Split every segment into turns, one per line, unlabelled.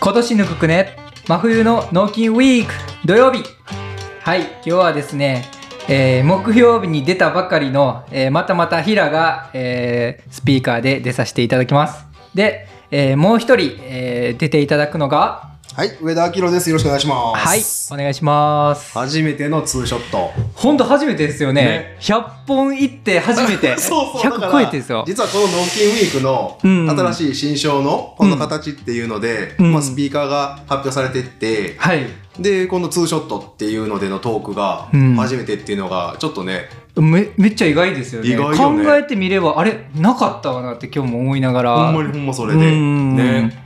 今年ぬくくね真冬の納金ウィーク土曜日はい今日はですね、えー木曜日に出たばかりの、えーまたまたヒラが、えースピーカーで出させていただきますで、えーもう一人、えー出ていただくのが
はい、上田明です。よろしくお願いし
はい
ます。
お願いします
初めてのツーショット。
ほんと初めてですよね
ね
100本いって初め て
だか
100
ら
超えてですよ
実はこの納金ウィークの
うん
新しい新章のこの形っていうので、
うん
まあ、スピーカーが発表されてって、
はい
で、このツーショットっていうのでのトークが
うん
初めてっていうのが、ちょっとね、
めめっちゃ意外ですよね
意外よね
考えてみればあれなかったわなって今日も思いながら
ほんまにほんまそれで、
うん
ね。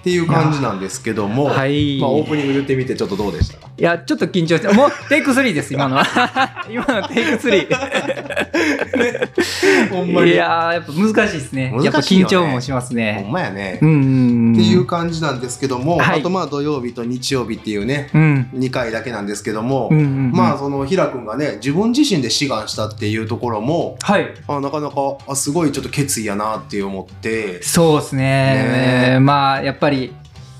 っていう感じなんですけども、
はい
まあ、オープニング言ってみてちょっとどうでした
いや、ちょっと緊張して、もう、テイク3です、今のは。 今のテイク3。
ほんまに。
いやー、やっぱ難しいですね。やっぱ
難しい
緊
よね
張もします
ほん
ね。
まやね。
う
っ
ん。
ていう感じなんですけども、
はい
あとまあ土曜日と日曜日っていうね、
うん。
2回だけなんですけども、
うんうんうん
まあその平君がね自分自身で志願したっていうところも
はい。
あなかなかあすごいちょっと決意やなって思って
そうですね
ねえ
まあ、やっぱり、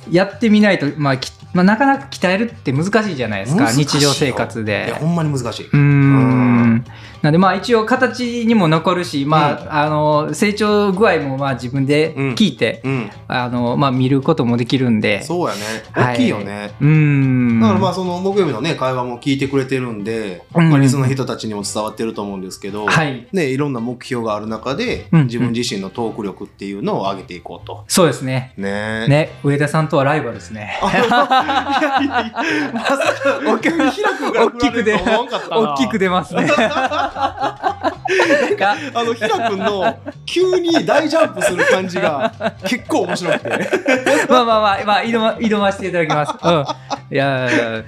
やってみないと、まあ、きまあ、なかなか鍛えるって難しいじゃないですか、
難しいよ
日常生活
いや
で
ほ。んまに難しい、
うー。
うん
なんで、まあ、一応、形にも残るし、まあ、
うん
あの、成長具合も、まあ、自分で聞いて、
うん、
あの、まあ、見ることもできるんで。
そうやね
はい
大きいよね、
うーん。
だからまあその木曜日のね会話も聞いてくれてるんで、
うん
まあ、リスナーの人たちにも伝わってると思うんですけど、
はい。
ね、いろんな目標がある中で、
うん
自分自身のトーク力っていうのを上げていこうと。
そうですね。
ね
ね、上田さんとはライバルですね。
まさか、 大きく、平君から振られると思わんかったな
大きく出ますね。が
あの、ひらくんの急に大ジャンプする感 じが結構面白くて。
まあまあまあ、まあ、挑ま挑ませていただきます。うん、いやいやいや
い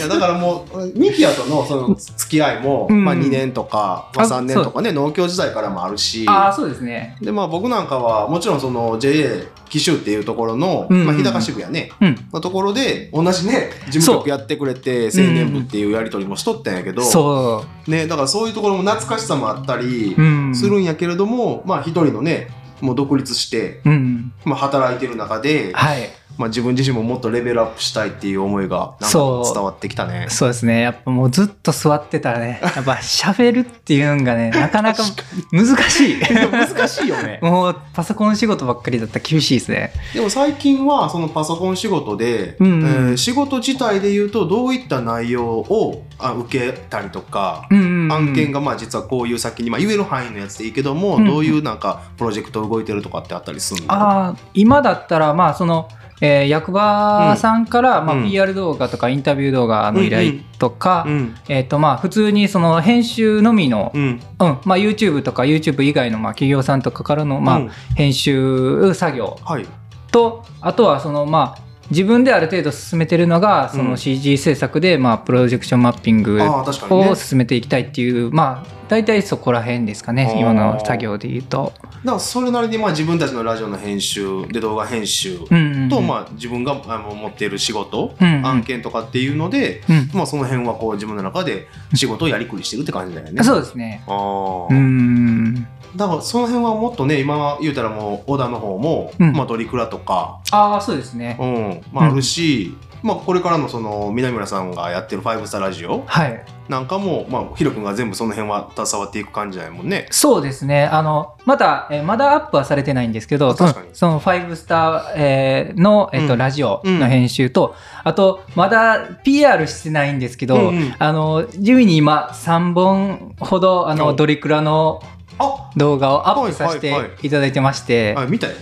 や、だからもう、ミキヤとのその付き合いも、
うん
まあ2年とか、まあ
あ
3年とかね、農協時代からもあるし、
ああ、そうですね。
で、まあ僕なんかは、もちろんその JA 紀州っていうところの、
うん
まあ日高支部やね、
うん。
のところで、同じね、事務局やってくれて、
そう
青年部っていうやりとりもしとったんやけど、
そ
ね、だからそういうところも懐かしさもあったり
う。う、ん。
するんやけれども、まあ一人のね、もう独立して、
うん。
まあ働いてる中で、
はい。
まあ、自分自身ももっとレベルアップしたいっていう思いがなんか
そう
伝わってきたね。
そうですね。やっぱもうずっと座ってたらね、やっぱ喋るっていうのが ね、なかなか難しい。
難しいよね
もうパソコン仕事ばっかりだったら厳しいですね。
でも最近はそのパソコン仕事で、
うんうん
えー仕事自体で言うとどういった内容をあ受けたりとか、
うんうんうん。
案件がまあ実はこういう先に、まあ、言える範囲のやつでいいけども、
うんうん
どういうなんかプロジェクト動いてるとかってあったりするの
ああ今だったらまあその、えー役場さんから、ま
うん
あ、PR 動画とかインタビュー動画の依
う
頼
ん
とか、
うん
えーとまあ、普通にその編集のみの、
うん
うんまあ、YouTube とか YouTube 以外のまあ企業さんとかからのまあ
うん
編集作業
はい
とあとはそのまあ自分である程度進めてるのがそうの
ん
CG 制作でまあプロジェクションマッピング
ああ確かにね
を進めていきたいっていうまあ大体そこら辺ですかね
あー
今の作業で言うと。
だからそれなりにまあ自分たちのラジオの編集で動画編集
うんうんうん
と、まあ、自分があの持っている仕事、
うんうん
案件とかっていうので、
うん
まあ、その辺はこう自分の中で仕事をやりくりしてるって感じだよね。
そうですね。
あ
う
ー
ーん
だからその辺はもっとね今は言うたらもう小田の方も、
うん
まあ、ドリクラとか、
ああそうですね。
うんまあ、
うん
あるし、まあ、これからのその南村さんがやってる「ファイブスターラジオ
はい。」
なんかも、まあ、ヒロ君が全部その辺は携わっていく感じだもんね。
そうですね。あの、まだ、えーまだアップはされてないんですけど、
あ確かに
そのその5スター、えーの、えっと
うん
ラジオの編集と、あと、まだ PR してないんですけど、
うんうん
あの、地味に今3本ほど、あ
お
の、ドリクラの
あ
動画をアップさせて
はいはいはい
ただいてまして、
あ見たよね。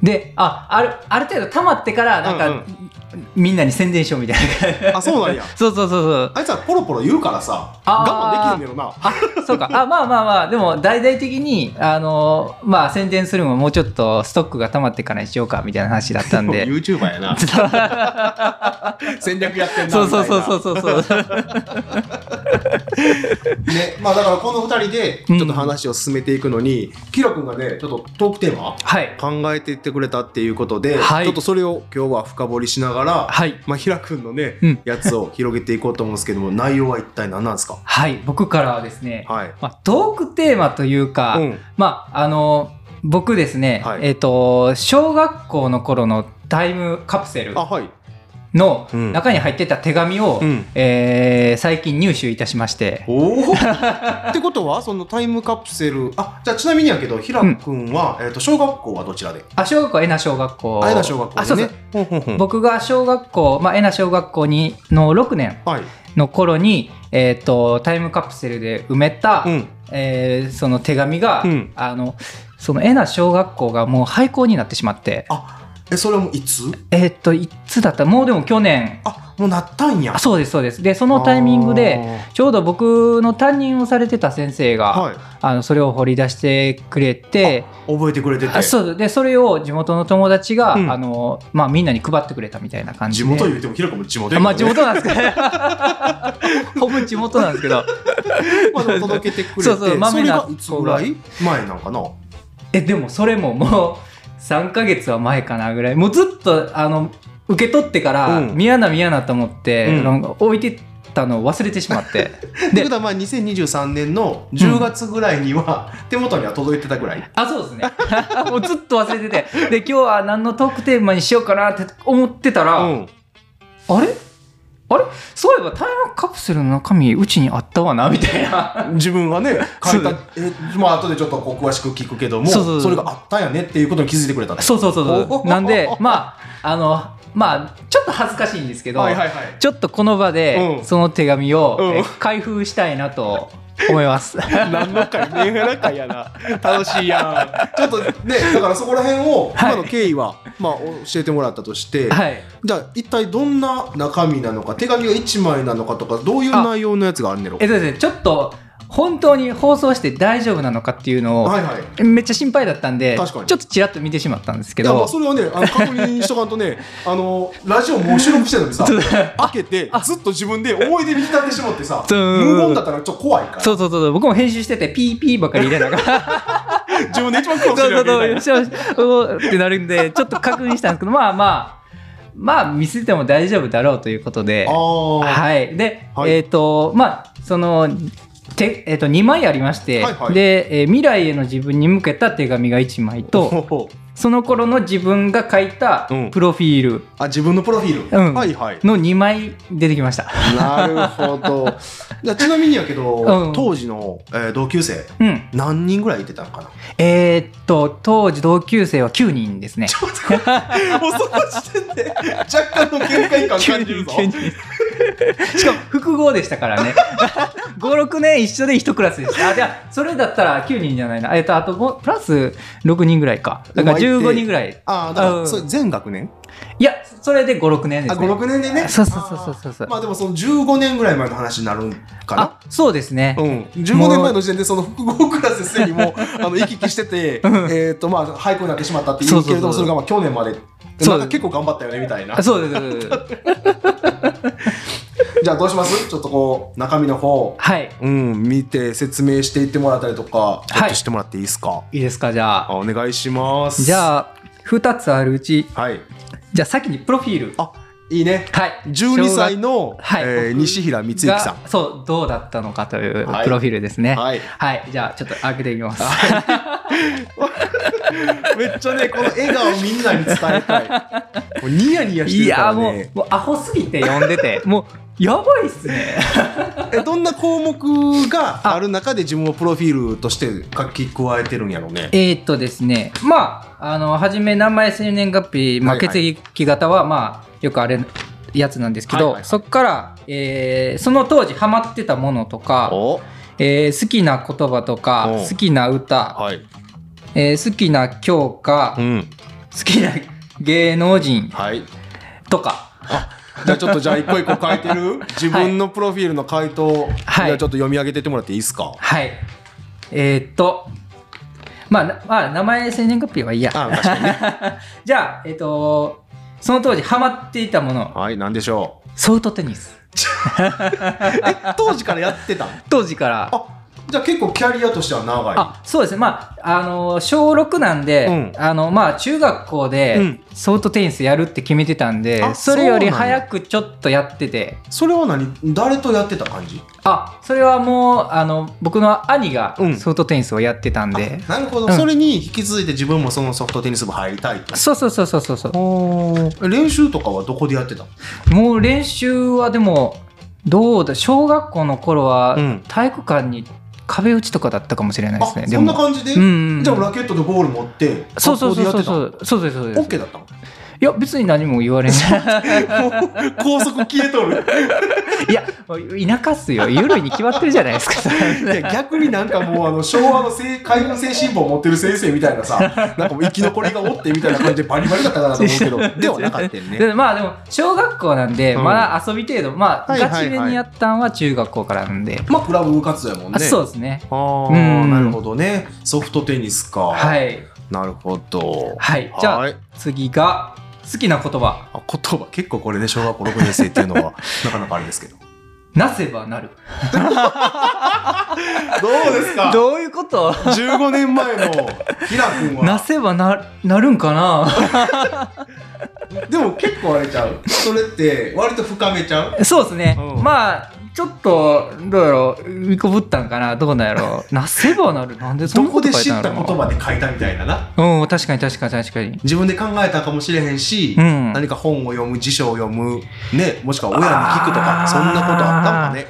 で、あ、ある、ある程度溜まってから、なんか、
うん
みんなに宣伝しようみたいな。
あそうなんや。
そうそうそうそう。
あいつはポロポロ言うからさ
あー
我慢できへんねよな。
あそうかあまあまあまあでも大々的にあのまあ宣伝するのももうちょっとストックが溜まってからにしようかみたいな話だったん で
YouTuber やな。戦略やってんなみたい
そ
な。
うそうそうそうそうそう
ね、まあだからこの2人でち
うん
ょっと話を進めていくのに、キラ君がねちょっとトークテーマ
はい
考えていってくれたっていうことで、
はい
ちょっとそれを今日は深掘りしながら、
はい
まあ、平君のね、
うん
やつを広げていこうと思うんですけども内容は一体何なんですか
はい僕からはですね、
はい、
まあ、トークテーマというか、
うん
まああの僕ですね、
はい
えっ、と小学校の頃のタイムカプセル
あはい
の
うん
中に入ってた手紙を、
うん
えー最近入手いたしまして
お おってことはそのタイムカプセルあじゃあちなみにやけど平く君は、えー、と小学校はどちらで
あ小学校は江名小学校
あえな小学校でね
あそうそう
ほんほんほん
僕が小学校、まあ、江名小学校にの6年
はい
の頃に、えー、とタイムカプセルで埋めた、
うん
えーその手紙が、
うん
あのその江名小学校がもう廃校になってしまって
あえそれはもういつ
えーっといつだったもうでも去年
あもうなったんや
あそうですそうですでそのタイミングでちょうど僕の担任をされてた先生
あ
が、
ーはい
あのそれを掘り出してくれて
覚えてくれて
あ
て
そうでそれを地元の友達が、
うん
あのまあ、みんなに配ってくれたみたいな感じで
地元言うても平くんも地元や
あ
けど
まあ
ね
地元なんですけど ほぼ地元なんですけど
まあでも届けてくれて
そうそう豆
れ
な
がいつぐらい前なんかな
えでもそれももう3ヶ月は前かなぐらいもうずっとあの受け取ってから
うん
嫌な嫌なと思って、
うん
なんか置いてたのを忘れてしまって で
ってことはまあ2023年の10月ぐらいには手元には届いてたぐらい、
あそうですね もうずっと忘れててで今日は何のトークテーマにしようかなって思ってたら、
うん
あれあれそういえばタイムカプセルの中身うちにあったわなみたい な
自分はね
そ
書
う
いたえまあ後でちょっとこう詳しく聞くけども
そうそうそう
れがあったんやねっていうことに気づいてくれたんです
そうそうそうそう
お
なんでまああのまあちょっと恥ずかしいんですけど、
はいはい はい
ちょっとこの場で、
うん
その手紙を、
うん
えー開封したいなと思います。
何の回メンヘラ回やな楽しいやんちょっとねだからそこら辺を
はい
今の経緯は、まあ教えてもらったとして、
はい。
じゃあ一体どんな中身なのか手紙が1枚なのかとかどういう
あ
内容のやつがあるんねやろ
えっとですね、ちょっと本当に放送して大丈夫なのかっていうのを、
はいはい
めっちゃ心配だったんで、ちょ
確か
っ
に
とちらっと見てしまったんですけ
いやま
ど
あ、それはね あの確認しとかんとねあのラジオもう収録してるのにさ 開けてずっと自分で思い出に浸ってしまってさ
そ
無
う
言だったらちょっと怖いから
そうそうそうそう、僕も編集してて、ピーピーばっかり入れなが ら、
自分で一番苦労し
そ
て
う
る
そ
わ
うそ
け
う、
み
よしよし、おーってなるんで、ちょっと確認したんですけど、まあまあ、まあ、見せても大丈夫だろうということで
たいな、あ
はい、で、
はい
えっ、とまあそのてえっと2枚ありまして、
はいはい
で、えー未来への自分に向けた手紙が1枚
ー
と
ほう
その頃の自分が書いた
うん
プロフィー
あ自分のプロフィール、
うん
はいはい
ルの2枚出てきました。
なるほどじゃあちなみにやけど、
うん
当時の、えー同級生
うん、
何人ぐらいいてたのかな
えーっと当時同級生は9人ですね。
もうその時点で若干の限界感感じるぞ
9人9人しかも複合でしたからね 56年一緒で1クラスでしたあじゃあそれだったら9人じゃないなえっとあとごプラス6人ぐらいかだから15人ぐらい
ああだか
うん
らそれ全学年
いや、それで5、6年で
あ
す、ね。
5、6年でね。
そうそうそうそうそう
あーまあでもその15年ぐらい前の話になるんかな。
あ、そうですね。
うん、15年前の時点でその複合クラスですでにもうあの行き来してて、えっとまあ廃校になってしまったっていうけれども
そそうそう
そうれがまあ去年まで
そう
なんか結構頑張ったよねみたいな
あそうですそうです。そうです
じゃあどうしますちょっとこう中身の方、
はい。
うん、見て説明していってもらったりとか
い
ちょっとしてもらっていいですか、
いいですか、じゃあ。
あお願いします
じ
あ
ゃあ、2つあるうち、
はい
じゃあ先にプロフィール。
あいいね
はい。
12歳の、
はい
えー西平光之
が
さん
そう、どうだったのかという
はい
プロフィールですね。はい。
はい
じゃあ、ちょっと開けていきます。
めっちゃね、この笑顔みんなに伝えたい。もうニヤニヤして
い
るか
や
ら
ーもう
ね。、
もうアホすぎて読んでて、もう、やばいっすね。
えどんな項目がある中で自分をプロフィールとして書き加えてるんやろうね。
えーっとですね、まあ、あの、はじめ名前、生年月日、まあ、
はいは
血
い
液型は、まあ、よくあれ、やつなんですけど、
はいはいはい
そこから、えーその当時ハマってたものとか、
お
えー好きな言葉とか
お、
好きな歌、
はい。
えー好きな教科、
ん。
好きな芸能人
はい。
とか、
じゃあちょっとじゃあ一個一個書い てる自分のプロフィールの回答、
はい
じゃあちょっと読み上げてってもらっていいですか
はい。えーっと、まあ、なまあ、名前、生年月日はいいや。
あ確かにね。
じゃあ、えーっと、その当時ハマっていたもの、
はい、なんでしょ
ソフトテニス。
う。え、当時からやってたん
当時から、
あ、じゃあ結構キャリアとしては長い。
あそうですね、まあ、あの小6なんで、
うん
あのまあ、中学校
う
で
ん
ソフトテニスやるって決めてたんで、
あ
それより
そうなんや
早くちょっとやってて
それは何誰とやってた感じ
あそれはもうあの僕の兄が
うん
ソフトテニスをやってたんで、
なるほど、
うん
それに引き続いて自分もそのソフトテニス部入りたいと。
そうそうそうそうそうそう
練習とかはどこでやってたの
もう練習はでもどうだ小学校の頃は
うん
体育館に壁打ちとかだったかもしれないですね、
あ
で
そん
も
な感じで、
うんうんうん
じゃあラケットとボール持って
そうそうそうそう
学校
そうそうですそう
で
で
やっ
す
てたの OK だ ったの
いや別に何も言わ れない
高速消えとる
いや、もう田舎っすよ。ゆるいに決まってるじゃないですか。
い や逆になんかもうあの昭和のせい海軍精神棒持ってる先生みたいなさなんかもう生き残りがおってみたいな感じでバリバリだったかなと思うけど ではなかったよね
でまあでも、小学校なんで、
うん
まだ遊び程度、まあ、
はいはいは
ガ
い
チめにやったんは中学校からなんで。
まあクラブ部活動やもんね
あそうですね。
あ
う
ー
ん
なるほどねソフトテニスか
はい。
なるほど
はい。じゃあ、
い
次が、好きな言葉。
あ言葉結構これね小学校6年生っていう のはなかなかあれですけどど
なせばなる。
うですか
どういうこと
15年前のひらくん
な
は
せばな、なるんかな
でも結構あれちゃうそれって割と深めちゃう
そうですね
う。ん
まあ、ちょっと、どうやろう、見こぶったんかなどうなんやろ う。なせばなる。なんでそん
ど
な
こ
こと
で
書い
知った
ん
た
や
言
ろう
葉で書いたみたいなな
な。うん、確かに確かに確かに。
自分で考えたかもしれへんし、
うん
何か本を読む辞書を読むねもしくは親に聞くとか
あー
そんなことあったんかね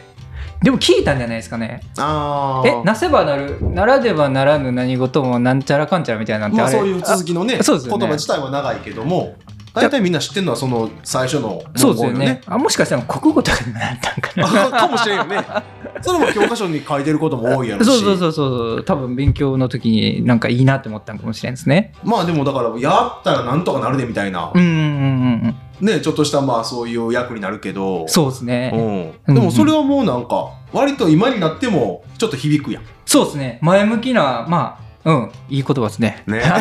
でも聞いたんじゃないですかね。
あ
えなせばなるならではならぬ何事もなんちゃらかんちゃらみたいなんて
ま
あ
あ
れ、
そういう続きのね
あそうですよね
言葉自体は長いけども大体みんな知ってるのはその最初の
そうですよ
文言
ねあもしかしたら国語とかにもなったんか な
あかもしれんよね。それも教科書に書いてることも多いやろし。
そうそうそうそう多分勉強の時になんかいいなって思ったんかもしれないですね
まあでもだから、やったらなんとかなるでみたいな
う、んうんうんうん
ね、ちょっとしたまあそういう役になるけど。
そうです
う
ね
ん。
うん
でもそれはもうなんか、割と今になってもちょっと響くやん。
そうですね前向きなまあうんいい言葉ですね
ね。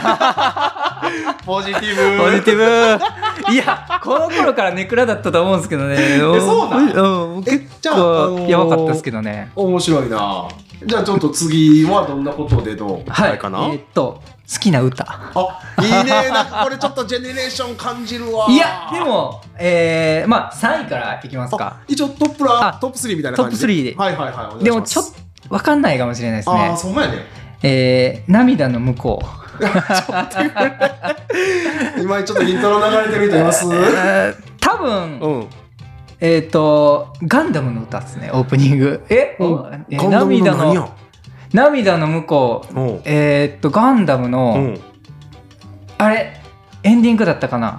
ポジティブ。
ポジティ ブいやこの頃からネクラだったと思うんですけどね
そうなん
うんうん結
えじゃあ、
構やばかったですけ
ど。
どね
面白いな。じゃあちょっと次はどんなことでどう
はい
あれかな、
えーっと好きな歌
あ、いいね。なんかこれちょっとジェネレーション感じるわ。
いや、でも、えー、まあ、3位からいきますか。
一応トップラ
あ
トップ3みたいな感じ
トッ
で
プ3で
はいはいはいお願いします
でも、ちょっと、わかんないかもしれないです
ああ
ね
ー。そうまやね
えー、涙の向こう。
今ちょっとイントロ流れてる人いますう
えー多分、
ん
えっ、と、ガンダムの歌ですね、オープニング。え、おえー
ガンダム
涙
何や
の、涙の向こう。
うん
えーっと、ガンダムの、
うん
あれ、エンディングだったかな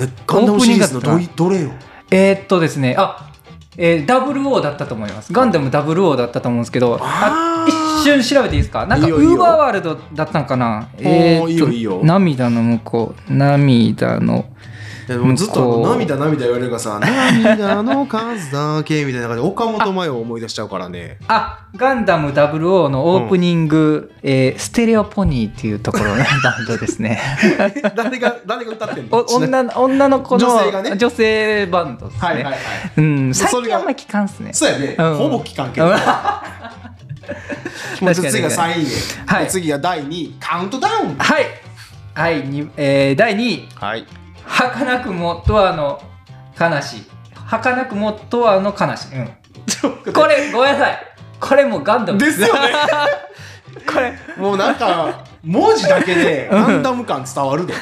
えガンダムシリーズのど
オープニ
いどれよ
えーっとですね、あ、えー、00だったと思います。ガンダム00だったと思うんですけど、
あ
一瞬調べていいですかなんか
いい
ウ
よいいよ
ーバーワールドだったんかな
ー
ーと
いいよいいよ
涙の向こう涙の
でもずっとあ
向こう
の涙涙言われるからさ涙の数だけみたいな感じで岡本真代を思い出しちゃうからね
あガンダム00のオープニング、えーステレオポニーっていうところのバンドですね
え 誰が誰が歌ってん
お
の
女の女の子の
女性がね
女性バンドですね、
はいはいはい
うん
そ
最
れが
近あんまり聞かんっすね
そうやね
うん
ほぼ期間けど
は
も う
確かに
次が3位
は
で
い
次が第2位カウントダウン
いはいに、えー第2位
はい
「儚くもとわの悲し」「儚くもとわの悲し」うんこれごめんなさいこれもうガンダム
ですよね
これ
もうなんか文字だけでガンダム感伝わるで。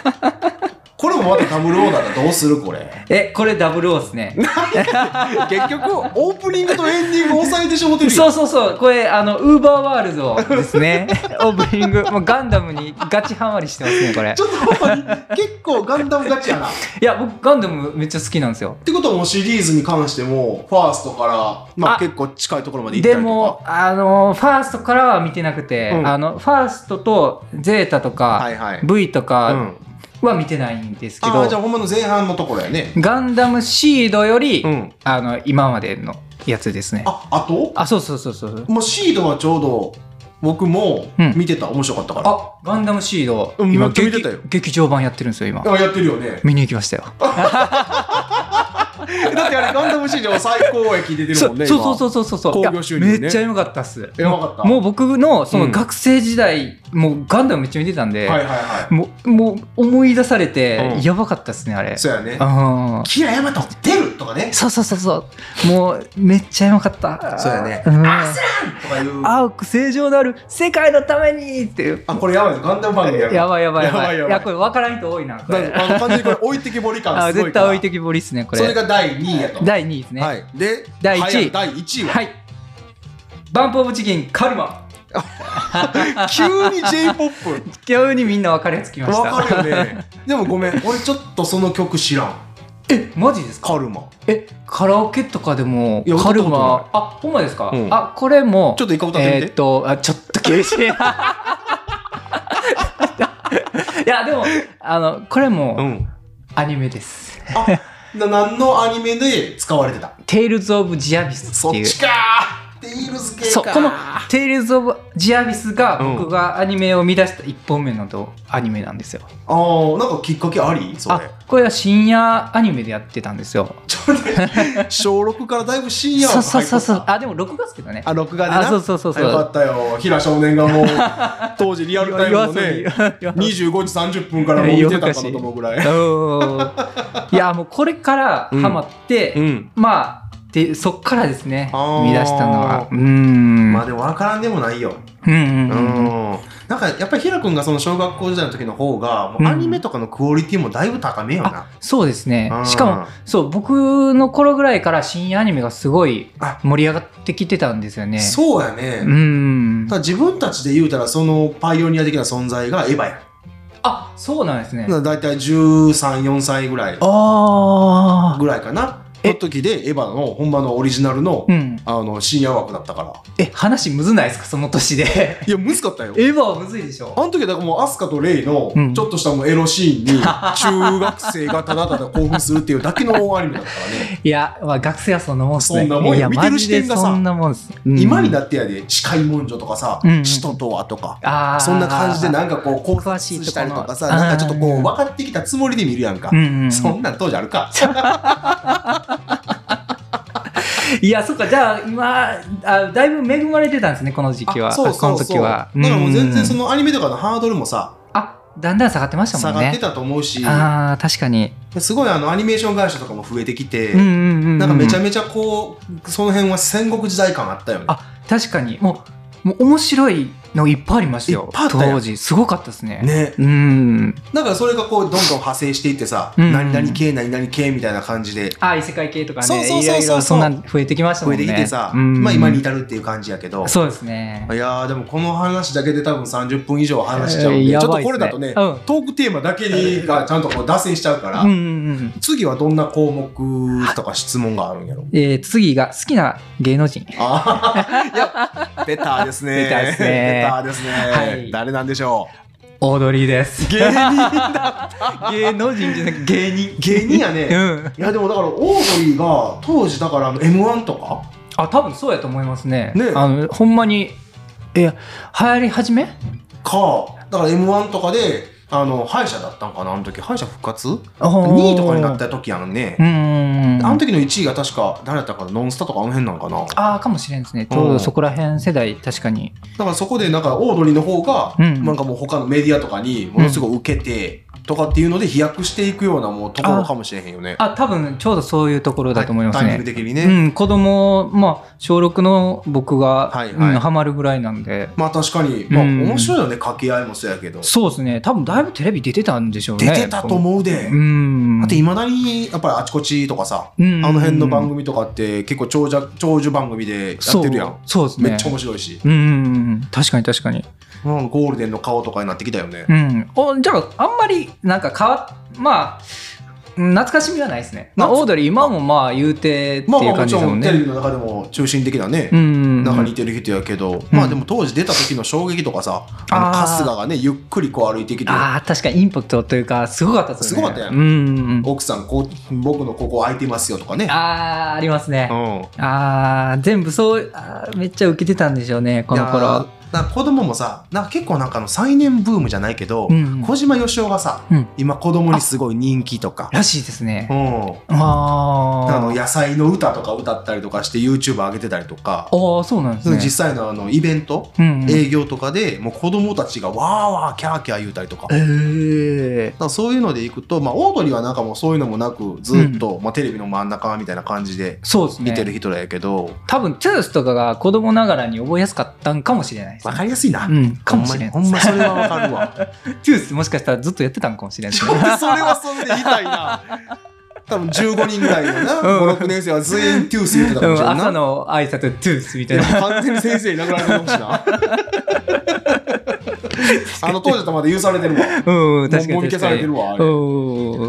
これもまたダブルオーダーだどうするこれ。
えこれダブルオーですね
結局オープニングとエンディング抑えてしもてる
そ
よ。
うそうそうこれあのウーバーワールドです ねオープニングもうガンダムにガチハマりしてますねこれ
ちょっとほんまに結構ガンダムガチやな。っ
いや僕ガンダムめっちゃ好きなんですよ
てことはもうシリーズに関してもファーストからまあ
あ
結構近いところまで行っ
で
たりと
も
か。
あのファーストからは見てなくて、
うん
あのファーストとゼータとか、
はいはい
V と
う
か
ん。
は見てないんですけ
あ
ど、
あじゃあほんまの前半のところやね。
ガンダムシードより、
ん。
あの今までのやつですねあ
ああと
そうそうそうそう
もうシードはちょうど僕も
うん
見てた面白かったから。
あガンダムシード、
うんめっちゃ見てたよ
劇劇場版やってるんですよ今
あやってるよね。
見に行きましたよ
だってあれガンダム史上最高益出てる
そ
もん
う
ね
そうそううそうそうそう
興行
いや
収入ね
めっちゃ良かったっす
やばかった
もう僕のその
うん
学生時代、もうガンダムめっちゃ見てたんで、
はいはいは
もうもう思い出されて、
うん
やばかったっすねあれ
いそうやね
あー
キラヤマト出るとかね
そうそうそうそうもうめっちゃやばかった
そうやね
ん
アスランとかいう
青く正常なる世界のためにっていう
あこれやばいぞガンダム番組やる
やばいやばいやばい
やばいやばい
やこれ分からん人多いなこれ
だからあの完全にこれ置いてきぼり
あ
感すご
絶
いか
対
ら
置いてきぼりっすねこ
それ
れ
が第2位やと
第2位ですね
は
はい、
いで
第一位
栄えある第1位は
バンプ・オブ・チキンカルマ
急に J−POP
急にみんな分かるやつきました
わかるよねでもごめん俺ちょっとその曲知らん
えマジですか
カルマ
えカラオケとかでも
いや
カル
歌った
マあほんまですか、
うん
あこれも
ちょっと一回歌ってみて
えーっとあちょっと厳し いいやでもあのこれも
ん
アニメです
あな何のアニメで使われてた
「テイルズ・オブ・ジアビス」
そ
っ
って
いう
ちかーテイルズ系か
そうこの「テイルズ・オブ・ジアビス」が僕がアニメを見出した一本目のとアニメなんですよ、
ああなんかきっかけありそ
あ
れ
これは深夜アニメでやってたんですよ
ちょっと 待って小6からだいぶ深夜
そ
の
うそうそうそう
入っとった
あでも6月けどね
あ録画で
あ
な
そうそうそうそう
よかったよ平少年がも う当時リアルタイムのね
夜遊び
25時30分からもう見てたかなと思うぐらい
おーいやもうこれからハマって、
ん
まあでそっからですね
あー
見出したのはうーん、
まあでも分からんでもないよ
うんうんうん
うんなんかやっぱりひらくんがその小学校時代の時の方がも
う
う
ん
アニメとかのクオリティもだいぶ高めよな
あ、そうですね
うん
しかもそう僕の頃ぐらいから深夜アニメがすごい
あ
盛り上がってきてたんですよね
そうや
う
ね、
ん
ただ自分たちで言うたらそのパイオニア的な存在がエヴァや
あそうなんですね
だいたい134歳ぐらい
ああ
ぐらいかな
え
の時でエヴァの本場のオリジナルの,、
うん
あの深夜枠だったから
え話むずないですかその年 で
いや難かったよ
エヴァはむずいでしょ
あの時はだからもうアスカとレイの
うん
ちょっとしたもうエロシ ーンに中学生がただただ興奮するっていうだけのアニメだったからね
いや、まあ、学生はそんなもんっすね。
そんなもんよ
いや
見てる視点がさ
マジでそんなもんっす。
今にな
っ
ってやで「近い文書」とかさ
うんうん
「使徒とは」とか
あー
そんな感じでなんかこう考察
詳しいとこの
したりとかさ
あー
なんかちょっとこう分かってきたつもりで見るやんか
う、んうん、
そんなん当時あるか
いや、そっか、じゃあ、今あ、だいぶ恵まれてたんですね、この時期は。
あそうそうそう
この時は。
だからもう全然そ
んん
のアニメとかのハードルもさ
あ、だんだん下がってました
下
もん
が
ね
って。たと思うし
ああ、確かに。
すごいあのアニメーション会社とかも増えてきて、
うんうんうんうん。
なんかめちゃ
め
めちゃこうその辺は戦国時代感あったよね
あ確かに。もう、もう面白いのいっぱいありましたよ。
いっぱいあったよ
当時、すごかったですね。
ね
うん。
だからそれがこうどんどん派生していってさ、
うん
何々系何々系みたいな感じで
あ、異世界系とかね。
そうそうそうそう
いろいろそんなん増えてきましたも
増
んね。
えてきてさ、
うん
まあ今に至るっていう感じやけど
そうですね。
いやーでもこの話だけで多分30分以上話しちゃうんで、
えーや
ちょっ
ば
と
いっすね
これだとね、
うん
トークテーマだけにがちゃんとこう脱線しちゃうから、
うんうんうん。
次はどんな項目とか質問があるん やろ
えー、次が好きな芸能人。
あーいやベターですね
ベターですね
ベターですね
はい
誰なんでしょ
オードリーです
う。芸人
芸能人じゃなく芸人。
芸人やね、い
うん。
やでもだからオードリーが当時だから m 1とか
あ、多分そうやと思いますね。
ね
あの、ほんまに、いや、流行り始め
かだから m 1とかであの敗者だったんかなあの時敗者復活2
2
位とかになった時やんね、
うんうんうん。
あの時の1位が確か誰だったかなノンスタとかあの辺なんかな
ああ、かもしれんですね。ちょうどそこら辺世代、確かに。
だからそこでなんかオードリーの方が、
うん
なんかもう他のメディアとかにものすごい受けてとかっていうので飛躍していくようなもうところかもしれへんよね。
あ、多分ちょうどそういうところだと思います
タイミン
ね
グ。的に
う
ね。
ん、子供、まあ、小6の僕が、
はい
うん
はい
ハマるぐらいなんで。
まあ確かに、まあ、
うん
面白いよね掛け合いもそうやけど、
そうですね。多分だいぶテレビ出てたんでしょうね。
出てたと思うで。
うん。
だっていまだにやっぱりあちこちとかさ、
うん
あの辺の番組とかって結構長者長寿番組でやってるやん。
そうそうですね。
めっちゃ面白いし、
うんうんうん、確かに確かに。
うん、ゴールデンの顔とかになってきたよね。
うん、おじゃあ、あんまりなんか変わっ、まあ、うん懐かしみはないですね。まあ、
懐
オードリー、今もまあ言うてって
まあ
いう
まあも
感
ち
じです
ろ
もん
んテレ
ね。
ビの中でも中心的なね、
うんうんうん
なんか似てる人やけど、まあでも当時出た時の衝撃とかさ、あの
あー
春日がねゆっくりこう歩いてきて
ああ、確かにインパクトというか、すごかったですよね。
すごかったやん
うんうんうん。
奥さんこう僕のここ空いてますよとかね
ああ、ありますね
う。ん
ああ、全部そう、あーめっちゃ受けてたんでしょうね、この
いや
頃。
ーなんか子供もさなんか結構なんかあの再燃ブームじゃないけど、
うんうん
小島よしおがさ、
うん
今子供にすごい人気とか、
らしいですね
う。ん、あ
あ
の
ー
野菜の歌とか歌ったりとかして YouTube 上げてたりとか、
あー、そうなんですね。
実際のあのイベント、
うんうん、
営業とかでもう子供たちがわーわーキャーキャー言うたりとか。だ
え
からそういうので行くと、まあ、オードリーはなんかもうそういうのもなくずっと、まあ、テレビの真ん中みたいな感じで
そうですね。
見てる人らやけど、
多分、トゥースとかが子供ながらに覚えやすかったんかもしれないです
わ
ね。
かりやすいな、
うん、かもしれない
ほんまにほんまそれはわかるわ
トゥースもしかしたらずっとやってたんかもしれないで
ち
す
ょっと
ね。
それはそれで言いたいな多分15人ぐらいのな56年生は全員トゥース言ってたか
う
もしれ
ん
んな
朝の挨拶トゥースみたいな。
完全に先生いなくなるかもしれん なあの当時だとまだ許されてるわ
うんうん、確か
も
に確
う見消さ
か
れて
に。
るわあれ
お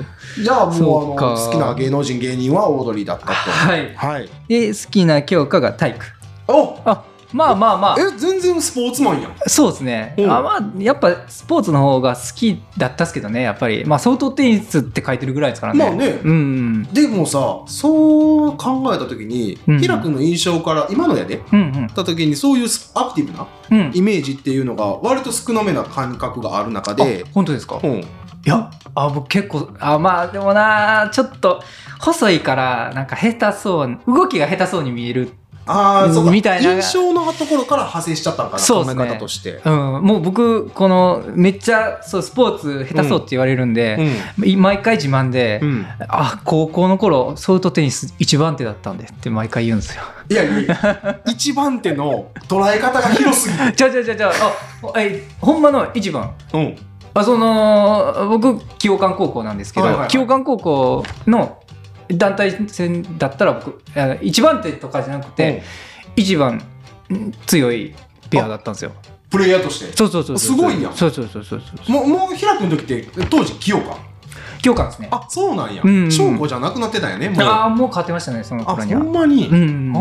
ー
じゃあ
そ
も
う
うあ
か
の好きな芸能人芸人はオードリーだったと
はい。
はい
で、好きな教科が体育。
お
あまあまあまあ、
え全然スポーツマンやん
そうですね。
うん
あまあ、やっぱスポーツの方が好きだったっすけどね、やっぱり。まあ、相当テニスって書いてるぐらいですからね。
まあね
うん。
でもさそう考えた時に
うん
平君の印象から今のやで
うんうん
た時にそういうスアクティブな
うん。
イメージっていうのが割と少なめな感覚がある中で
あ、本当ですか
うん、
いや、あ、僕結構、あ、まあでもな、ちょっと細いから、なんか下手そう、動きが下手そうに見える。
あ
う
あ
ん
そうか
みたいな
印象のところから派生しちゃったんかな
そうっす
考え
ね
方として。
うん、もう僕、この、めっちゃ、そう、スポーツ下手そうって言われるんで、毎回自慢で、
うんうん
あ、高校の頃、ソフトテニス一番手だったんでって毎回言うんですよ。
いやいや一番手の捉え方が広すぎて、
じゃあじゃあじゃあじゃあ、あ、え、ほんまの一番。
うん、
あ、その、僕、清館高校なんですけど、
はいはいはい
清館高校の団体戦だったら僕、あ一番手とかじゃなくて、一番ん強いペアだったんですよ。
プレイヤーとして
そうそうそうそう。
すごいやん
そうそうそうそうそう。
もうもう平君の時って当時清か
強化ですね。あ
あそうなんや
うんうん
翔子じゃなくなってたんやねもう
あー、もう勝てましたね、その
あ
頃に
ほ
は。
んまに、
うん。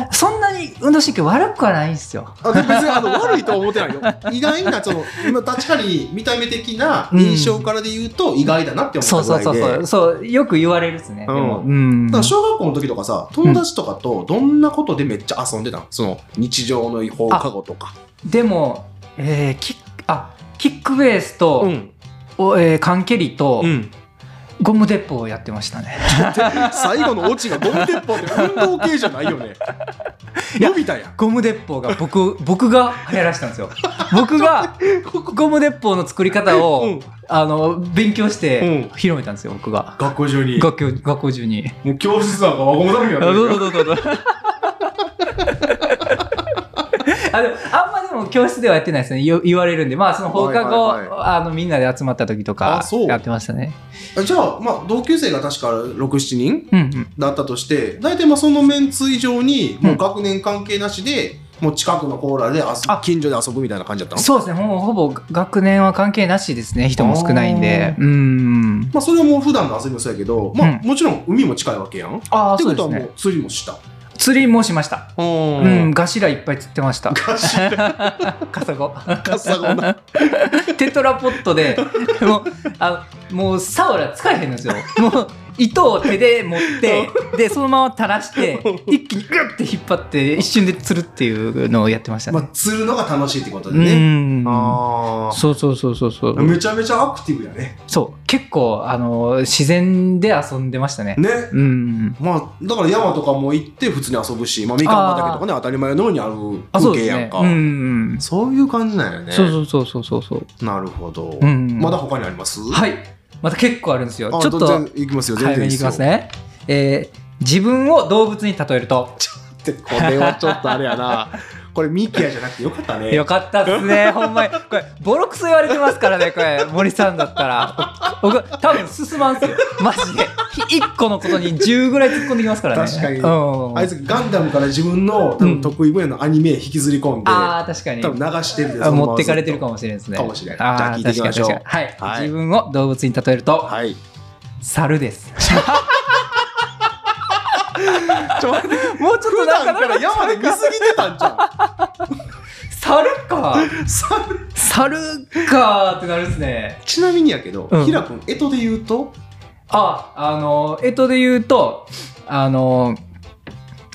あ
そんなに運動神経悪くはないんですよ。
ーあでも別にあの悪いとは思ってないよ意外なその今確かに見た目的な印象からで言うと意外だなって思
そう
ったぐ
そ
ら
う
いで
そうそう。そう、よく言われるですね。でも、
う
うん
だから。小学校の時とかさ友達とかとどんなことでめっちゃ遊んでたのその日常の放課後とか
でも、えー、キック、あ、キックベースと、
ん、
おえー、缶蹴りと、
ん、
ゴム鉄砲をやってましたね。
最後のオチがゴム鉄砲って運動系じゃないよね伸びたやん
ゴム鉄砲が僕、 僕が流行らしたんですよ。 僕がゴム鉄砲の作り方を、
うん
あの、勉強して
う
広めたんですよ、僕が。
学校中に
学校学校中に。
もう教室なんか輪ゴムだらけや
あ、
ってる
どう
よ
ぞどうぞどうぞ。 あでもあんまでも教室ではやってないですね言言われるんでまあその放課後、
はいはい
あのみんなで集まった時と
あ
か
そう
やってましたね
あじゃあまあ同級生が確か67人
うんうん
だったとして大体まあそのメンツ以上にもう学年関係なしで、もう近くのコーラで遊ぶ
あ
近所で遊ぶみたいな感じだったの
そうですねほぼほぼ学年は関係なしですね人も少ないんでうん
まあそれはもう普段の遊びもそうやけど、まあ
う
もちろん海も近いわけやん。って
ああ
こ
そう
と
です
はも
ね
う釣りもした。
釣りもしました
う
うん。ガシラいっぱい釣ってましたカサゴ
カッサゴな。
テトラポットで もうあもうサオラ使えへんのですよもう糸を手で持ってでそのまま垂らして一気にグッて引っ張って一瞬で釣るっていうのをやってました
ま
ね、
あ釣るのが楽しいってことで
う
ね。
ん
あ
そうそうそうそうそ
あ。
う
めちゃめちゃアクティブやね。
そう結構あの自然で遊んでましたね
ね。
うん
まあだから山とかも行って普通に遊ぶし、まあみかん畑とかね当たり前のようにある
あそうです
風景やん
ね
か。
うんうん
そういう感じなんよね。
そうそうそうそうそう
なるほど。
うん
まだ他にあります？い。
はいまた結構あるんですよ
あ
ちょっと
全然行きますよ。全
早
然
め
いい
に
で
いき
すよ
ます。ね、えー自分を動物に例えると
でこれ はちょっとあれやな。これミキヤじゃなくてよかったね。
よかったっす ね、ほんまに。これ、ボロクソ言われてますからね、これ、森さんだったら。僕、多分進まんすよ。マジで。1個のことに10ぐらい突っ込んできますからね。
確かに
うん、
あいつガンダムから自分の多分得意分野のアニメ引きずり込んで、
あー確かに
多。分流してるんで
あ持ってかれてるか
も。
もしれないですね。
かもしれない
あー
じゃあ聞いていきましょう
確かに確かにはい。
はい
自分を動物に例えると、
はい。
猿です。
ちょ待って
もうちょっと
普
なん
段
か
から山で見すぎてたんじゃん。
猿か。
猿
猿かーってなるんですね。
ちなみにやけど、
うん
ひらくん、えとで言うと、
あ、あの、えとで言うと、あの、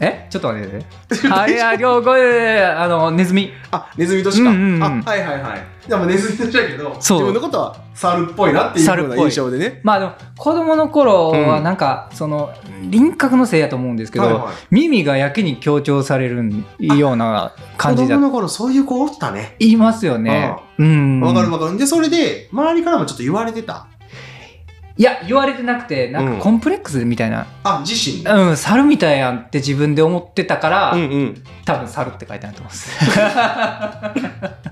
えちょっと待ってください。あいや、今日、これ、あの、ネズミ。
あネズミ年か、
うんうんうん
あはいはいはいでもネズミ年だけど
そ
自
う
分のことは猿っぽいなっていうような印象でね
まあでも、子供の頃
う
は、
ん
なんか、その、輪郭のせいやと思うんですけど、
はいはい
耳がやけに強調されるような感じ
子
だ
供の頃そういう子おったね
言いますよね。うん。
わかるわかるでそれで周りからもちょっと言われてた
いや、言われてなくて、なん
うん
かコンプレックスみたいな。
あ自身
うん、猿みたいやんって自分で思ってたから、
うんうん
多分猿って書いてあると思います。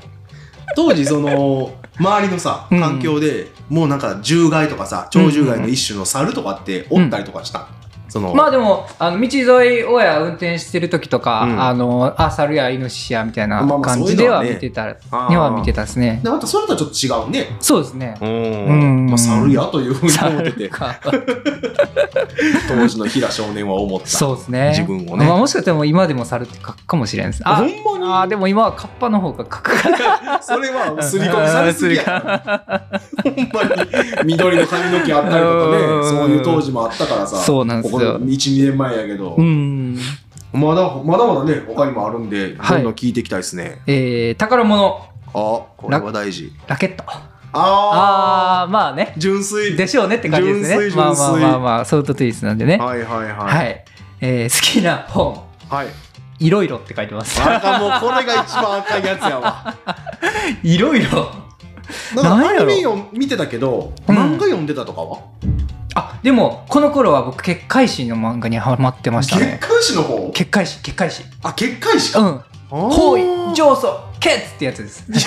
当時その周りの さ
うん
環境で、もうなんか獣害とかさ鳥獣害の一種の猿とかっておったりとかした、その、
まあでもあの道沿いをや運転してる時とか、
うん
あのあ猿やイノシシやみたいな
まあまあ
感じでは
そういうのはね
見てた、
あー
には見てたですね
でまたそれとはちょっと違うね
そうですね
うん
ん
まあ、猿やというふうに思って て
か
当時の平少年は思った
そうですね
自分をね
まあ、もしかしたらもう今でも猿って書くかもしれないです
あ
あ
ほんまに
あーでも今はカッパの方が書く から
それはもう刷り込みされすぎやほんまに緑の髪の毛あったりとかね
うん
そういう当時もあったからさ
そうなんですよ
ここ12年前やけど、
うん、
まだまだまだね他にもあるんでど
はい
んどん聞いていきたいですね、
えー、宝物
あこれは大事
ラケット
あ
ああーまあね
ー純粋
でしょうねって感じですね
純粋
まあ
純
ま
粋
あまあまあソルトトゥイスなんでねは
はいはいはい
い、
はい、
えー好きな本いろいろって書いてます
あかんもうこれが一番赤いやつや わ
いろいろ
な
な
んか
んや
アニ
ろ
メを見てたけど
うん
漫画読んでたとかは、
あでもこの頃は僕結界誌の漫画にハマってました
結
ね
界誌の方
結界誌結界誌
あ結界誌
う
か
ん行為上訴ケツってやつです い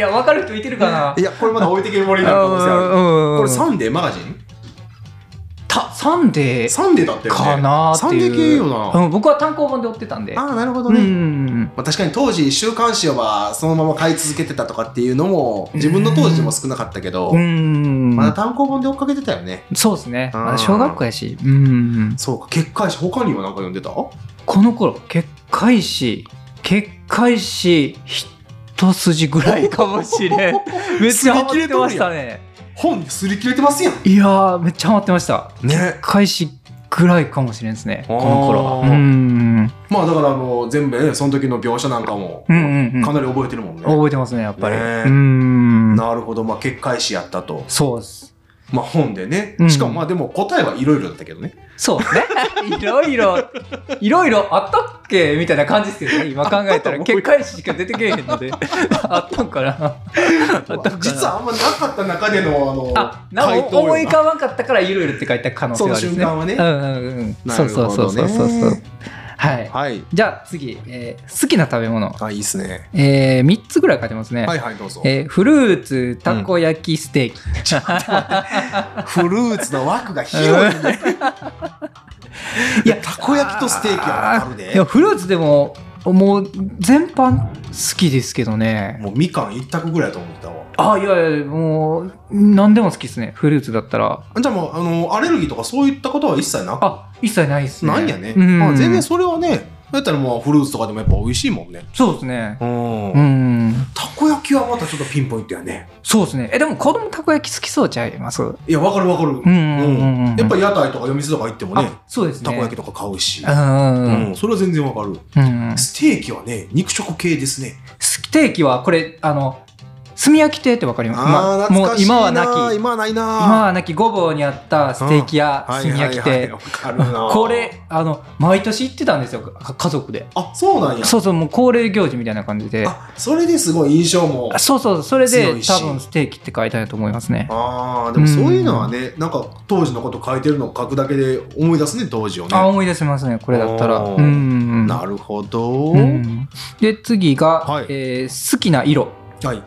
や分かる人いてるかない
やこれまだ置いてけぼり
う
になる可能性ある
ん
これサンデーマガジン
たサンデー
サンデーだったよね
かなー
サ
って
ンデ
いう
ー系よな、
うん、僕は単行本で追ってたんで
ああなるほど
うん
ね、
うんう
ま
ん
あ、確かに当時週刊誌はそのまま買い続けてたとかっていうのも自分の当時でも少なかったけど、
うんうん
まだ単行本で追っかけてたよね
そうですね、
うん
まだ小学校やし、うんうん、
そうか結界誌他には何か読んでた
この頃結界誌結界誌一筋ぐらいかもしれんめっちゃハマってましたね
本すり切れてますやん
いやーめっちゃハマってました
ね
開始ぐらいかもしれんですね
あ
こ
ー
の頃はうん
まあだからあの全部ねその時の描写なんかも
う
か
んうんうん
なり覚えてるもんね、
覚えてますねやっぱり、
ねえ
うん
なるほどまあ結界誌やったと
そうです
まあ本でね
うん
しかもまあでも答えはいろいろだったけどね
そうですね いろいろいろいろあったっけみたいな感じですけどね今考えた
あったと思う
ら
よ
結界誌しか出てけえへんので あったんか なあったんかな
実はあんまなかった中でのあの
あなん
回
か
答よな
思い浮かばんかったからいろいろって書いた可能性
そ
はあ
の
るで
瞬
すね
間はね、
うんうんうん
な
そ
る
う
ほど
そう
ね
そうそうそうそうはい
はい
じゃあ次、えー好きな食べ物、
あいいっすね
え3つぐらい書いてますね、
はいはいどうぞ
えーフルーツたこ焼きステーキ、
フルーツの枠が広いねいやたこ焼きとステーキはわかる
いや
で
フルーツでももう全般好きですけどね
もうみかん一択ぐらいやと思ってたわ
あいやいやもう何でも好きですねフルーツだったら
じゃあもうあのアレルギーとかそういったことは一切なく
あ一切ないですね
ないんやね、
うん
まあ、全然それはねだったらもうフルーツとかでもやっぱ美味しいもんね
そうですね
うん
うん
たこ焼きはまたちょっとピンポイントやね
そうですねえでも子供たこ焼き好きそうちゃいますうん
いやわかるわかる、
うんうんうん
やっぱ屋台とか夜店とか行ってもね
あそうですね
たこ焼きとか買うし、
うんうん
うん、それは全然わかる
うんうん
ステーキはね肉食系ですね
ステーキはこれあの炭焼き亭ってわかります
あー
ま
懐かしいな
もう今はなき
今はないな
今はなきごぼうにあったステーキ屋炭
はいはい
焼き
はい
亭
わかるな
これあの毎年行ってたんですよか家族で
あそうなんや
そうそうもう恒例行事みたいな感じで
あそれですごい印象も
そうそうそれ
強
で
いし
多分ステーキって書いてあると思いますね
あーでもそういうのはね、なんか当時のこと書いてるのを書くだけで思い出すね当時をね
あ思い出せますねこれだったら
おー
うんうんうん
なるほど、
うんで次が、
はい
えー好きな色
はい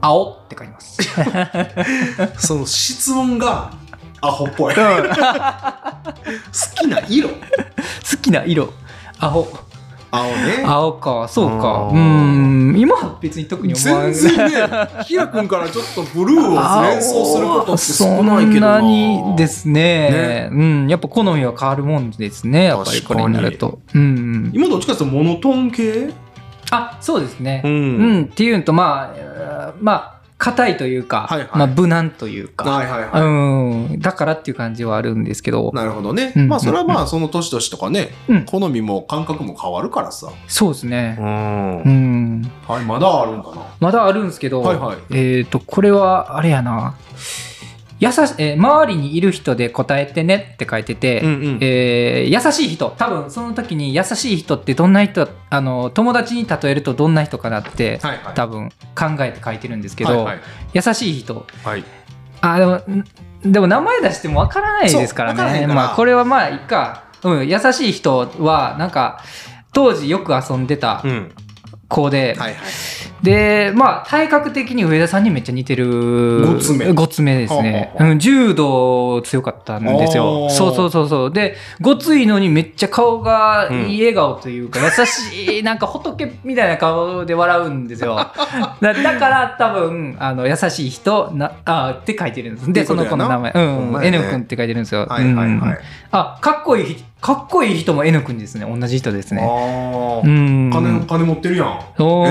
青って書いてます
その質問がアホっぽい 好きな色
好きな色青
青ね
青かそうか
あー
うん今は別に特に思わ
全然ね、ひらくんからちょっとブルーを連想することって少ないけどな。
そんなにですねうん、やっぱ好みは変わるもんですねやっぱりこれになると、うんうん、
今どっちかっていうとモノトーン系
あそうですね、
ん
うん、っていうのとまあえーまあ硬いというか、
はいはい
まあ、無難というか、
はいはいは
うん、だからっていう感じはあるんですけど
い。、なるほどね。
うん
まあそれはまあその年々とかね、
うん
好みも感覚も変わるからさ。
そうですね。
ん
う
は
ん、
い、まだあるんかな。
まだあるんですけど、
はいはい
えっ、と、これは、あれやな、優し、えー周りにいる人で答えてねって書いてて、
うんうん
えー優しい人多分その時に優しい人ってどんな人あの友達に例えるとどんな人かなって、
はいはい。
多分考えて書いてるんですけど、
はい
優しい人
はい。
あでもんでも名前出してもわからないですからね
そうわからへんから
まあ、これはまあいいか、うん、優しい人はなんか当時よく遊んでた
うん。
子で、
はいはい。
でまあ体格的に上田さんにめっちゃ似てる
ごつめ
ごつめですね
はあはあ
うん柔道強かったんです
お
よ
ー
そうそうそうそうでごついのにめっちゃ顔が
うん
いい笑顔というか、優しいなんか仏みたいな顔で笑うんです よだだから多分あの優しい人なあって書いてるんですで
ってこ
そ
と
の子の
やな
名前
ほん
うん、
まやね
N 君って書いてるんですよ、
はいはいは
うん
い。
あかっこいい人かっこいい人も N 君ですね同じ人ですね
あ
う
あ。
ん
金、金持ってるやん。
お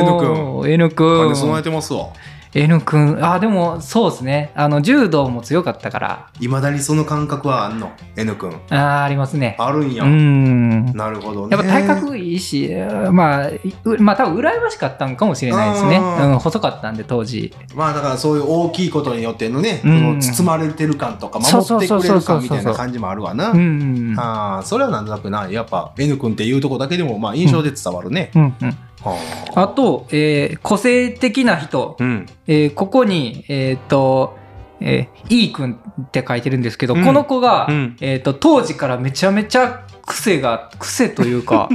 ー N 君
金備えてますわ。
N 君あでもそうですねあの柔道も強かったから
いまだにその感覚はあんの ?N 君。
あーありますね
あるん
う
や。
ん
なるほどね。
やっぱ体格いいし、まあうまあ多分羨ましかったんかもしれないですね、
うん
うん、細かったんで当時
まあだからそういう大きいことによってのね、
うん
その包まれてる感とか
そうそ
守
う
って
そう
くれ
そう
る
そう
感みたいな感じもあるわな。
うんうん
ああ、それはなんとなくな、やっぱ N 君っていうとこだけでもまあ印象で伝わるね。
うんうん
は
あと、えー個性的な人、
うん。
えーここにえっ、と、えー、E 君って書いてるんですけど、
うん
この子が、
うん
えー、と当時からめちゃめちゃ癖が癖という か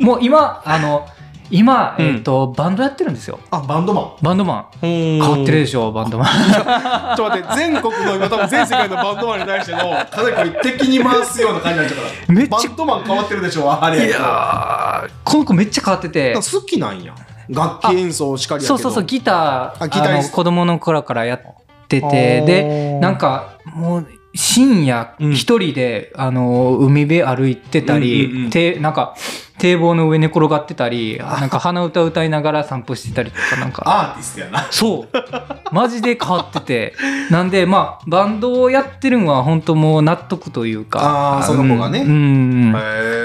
もう今あの今、
うん
えー、とバンドやってるんですよ
あ、バンドマン。
バンドマン
変
変わってるでしょバンドマン
ちょっと待って、全国の今多分全世界のバンドマンに対しての、かなり敵に回すような感じになっちゃう から。
めっちゃ
バンドマン変わってるでしょ、あれ。
いやーこの子めっちゃ変わってて
好きなんや。楽器演奏しかりやけ
そ
ど。
うそうそうギター
あギター
の子供の頃からやってて
あー
でなんかもう深夜
うん
一人で、あの海辺歩いてたり、
うんうんうん
てなんか堤防の上寝転がってたりなんか鼻歌歌いながら散歩してたりとかなんか
アーティストやな。
そうマジで変わっててなんでまあバンドをやってるのは本当もう納得というか
あーその子がね
うんうんうん
へ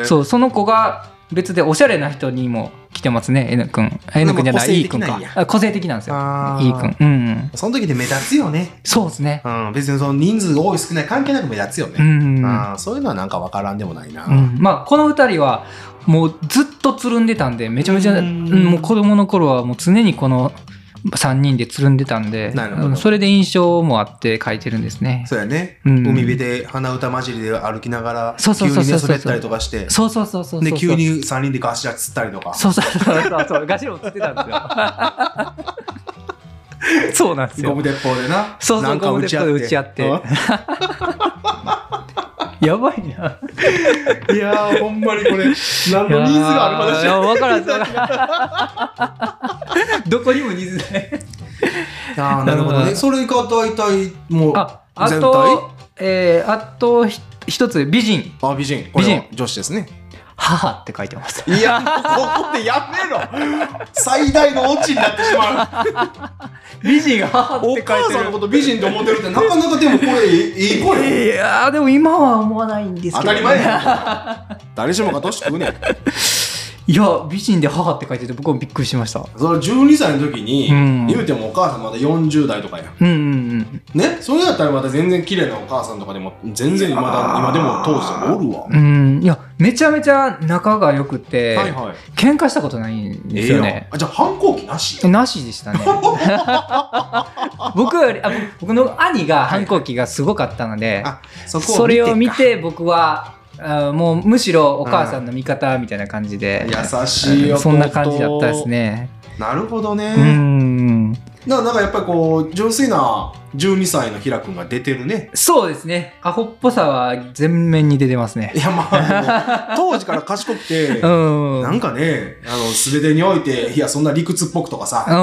ー
そうその子が別でおしゃれな人にも来てますね N 君あ N 君じゃない
まあ
E 君
個性的な
か
んや
あ個性的なんですよ
あー
E 君うんうん
その時で目立つよね。
そうですね
うん、別にその人数多い少ない関係なく目立つよ
う
ね。
んうん
あーそういうのはなんかわからんでもないな。
うんまあこの2人はもうずっとつるんでたんでめちゃめちゃ
う
うんんもう子供の頃はもう常にこの3人でつるんでたんで
なるほど
うんそれで印象もあって書いてるんですね
そうやね、
うん
海辺で鼻歌混じりで歩きながら
そう
急
そう
に
そうそう
寝そべったりとかして
そうそうそうそうそう
で急に3人でガシャつったりとか
そうそうそうそうそうガシロつってたんですよそうなんです
ゴ
よ
ム鉄砲でな
そうそう
なんか打ち合って
ゴム鉄砲で打やばいな
うんいやーほんまにこれ何のニーズがある話
いや
や
分からん分からんどこにも似ずない
あーなるほどねそれが大体もう
ああ
全
と
体
えー、あとひ一つ美人
あ美人これは
美
女子ですね
母って書いてます
いやここでやめろ最大のオチになってしまう
美人が母 って書
お
いてる
母さんのこと美人と思ってるってなかなかでもこれいい声よ
いやーでも今は思わないんです
当
けど、
た
ね、
り前やん誰しもが年食うねん
いや美人で母って書いてて僕もびっくりしました
それ12歳の時に、
うん
言うてもお母さんまだ40代とかやん
うんうんうん
ねそれだったらまだ全然綺麗なお母さんとかでも全然まだ今でも当時おるわ、
うんいやめちゃめちゃ仲が良くて、
はいはい
喧嘩したことないんですよね
ええやん、あじゃあ反抗期なし
なしでしたね 僕よりあ僕僕の兄が反抗期がすごかったので、
あそ
それを見
か
て僕はあもうむしろお母さんの味方みたいな感じで、
優しいよ
そんな感じだったですね
なるほどね、
うんうんうん
ななんかやっぱりこう純粋な12歳のひらくんが出てるね
そうですねアホっぽさは全面に出てますね
いやまあでも 当時から賢くて、
うん
なんかねあの全てにおいていやそんな理屈っぽくとかさ、
う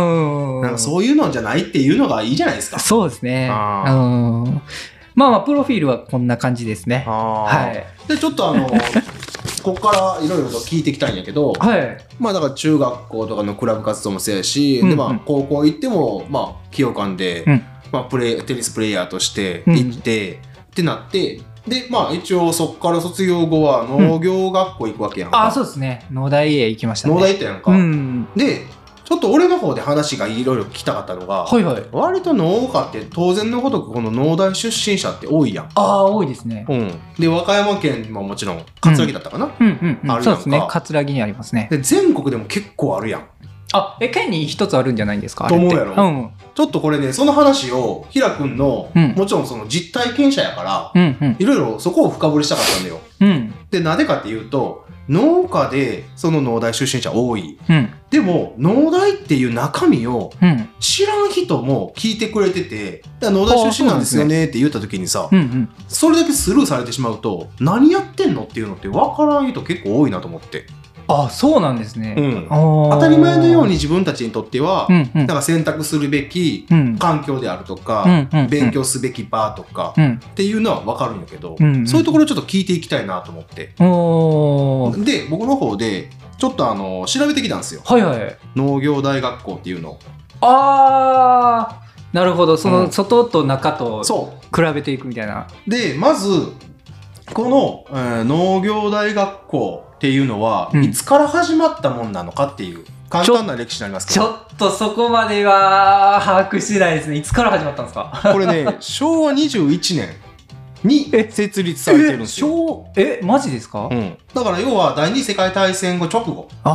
ん
なんかそういうのじゃないっていうのがいいじゃないですか。
そうですね。うん。
あ
まあまあ、プロフィールはこんな感じですね。
は
はい
い、。でちょっとあのここからいろいろと聞いていきたいんやけど、
はい。
まあだから中学校とかのクラブ活動もそうやし、
うん
でまあ高校行ってもまあ清館で、
うん
まあプレーテニスプレイヤーとして行って、ってなってでまあ一応そこから卒業後は農業学校行くわけやんか、
あ、そうですね。農大へ行きましたね。
農大行ったやんか、
うん。
でちょっと俺の方で話がいろいろ聞きたかったのが、
はいはい。
割と農家って当然のごとくこの農大出身者って多いやん、
ああ、多いですね。
うん、で和歌山県ももちろん葛城だったかな、
うんうん、うん
あるやんか
そうですね。葛城にありますね。
で全国でも結構あるやん
あ、え、県に一つあるんじゃないんですか
と思う
あれ
や
っ
ろ
てうん。
ちょっとこれね、その話を、ひらくんの、
うん
もちろんその実体験者やから、
うんうん。
いろいろそこを深掘りしたかったんだよ。
うん。
で、なぜかっていうと、農家でその農大出身者多い。
うん。
でも、農大っていう中身を
うん。
知らん人も聞いてくれてて、だから農大出身なんですよねって言った時にさ、
うんうん。
それだけスルーされてしまうと、何やってんのっていうのって分からん人結構多いなと思って。
あ、そうなんですね。
うん
あー
当たり前のように。自分たちにとっては
う、んうん。
なんか選択するべき
うん。
環境であるとか、
うんうんうん
勉強すべき場とか、
うん。
っていうのは分かるんやけど、
うんうん
そういうところをちょっと聞いていきたいなと思って
おー。
で僕の方でちょっとあの調べてきたんですよ
はいはい。
農業大学校っていうのを
あー。なるほど。その外と中と比
そ
べていくみたいな。
うでまずこの、えー農業大学校っていうのは、
うん
いつから始まったもんなのかっていう簡単な歴史になりますけ
ち
ど
ょっとそこまでは把握してないですね。いつから始まったんですか
これね昭和21年に
え
設立されてるんですよ、
え、マジですか、
うん、だから要は第二次世界大戦後直後
あ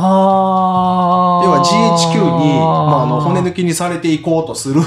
あ。
要は GHQ にまあ、あの骨抜きにされていこうとする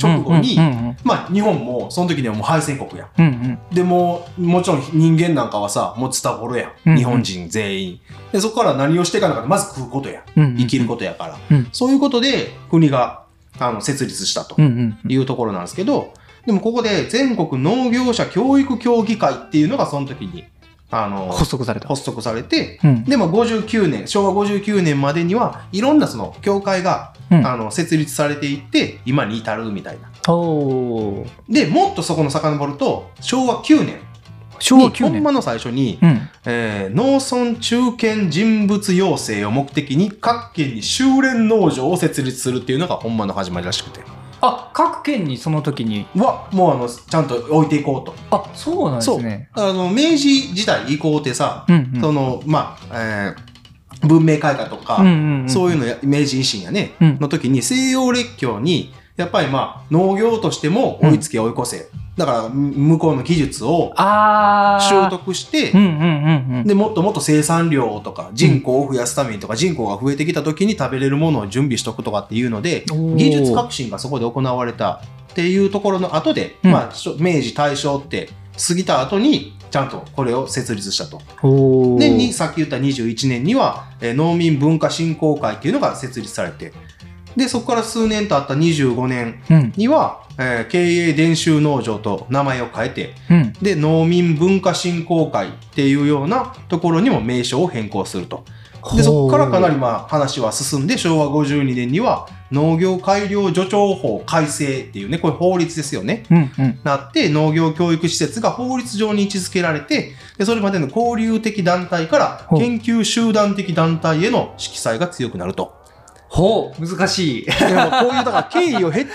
直後に、
うん
まあ、日本もその時にはもう敗戦国や
うんうんうん
でもうもちろん人間なんかはさもうツタボロや、
うんう
ん
ん
日本人全員でそこから何をしていかなかったまず食うことや
うんうん
生きることやから、
うん
そういうことで国があの設立したと
うんうんうん
いうところなんですけどでもここで全国農業者教育協議会っていうのがその時にあの
発足された。
発足されて
うん
でも59年昭和59年までにはいろんなその教会が、
うん
あの設立されていって今に至るみたいな。
おー
でもっとそこの遡ると昭和9年
昭和
に
9
ほん
年。
まの最初に、
うん、
えー農村中堅人物養成を目的に各県に修練農場を設立するっていうのがほんまの始まりらしくて
あ各県にその時に
はもうあのちゃんと置いていこうと
あそうなんですね。
あの明治時代以降ってさ、
うんうん
そのまあ、えー文明開化とか、
うんうんうん
そういうのや明治維新やね、
うん
の時に西洋列強にやっぱりまあ農業としても追いつけ追い越せ、だから向こうの技術を
あー
習得して
うんうんうんうん
でもっともっと生産量とか人口を増やすためにとか人口が増えてきた時に食べれるものを準備しとくとかっていうので
おー
技術革新がそこで行われたっていうところの後で、
うん
まあしょ明治大正って過ぎた後にちゃんとこれを設立したと。
おー
でにさっき言った21年には、えー農民文化振興会っていうのが設立されてでそこから数年経った25年
うん
には、えー経営伝習農場と名前を変えて
うん
で農民文化振興会っていうようなところにも名称を変更するとでそこからかなりまあ話は進んで昭和52年には農業改良助長法改正っていうねこれ法律ですよね
うんうん
なって農業教育施設が法律上に位置づけられてでそれまでの交流的団体から
ほう
研究集団的団体への色彩が強くな ると
ほう難 しい
でもこういうだから経緯を経て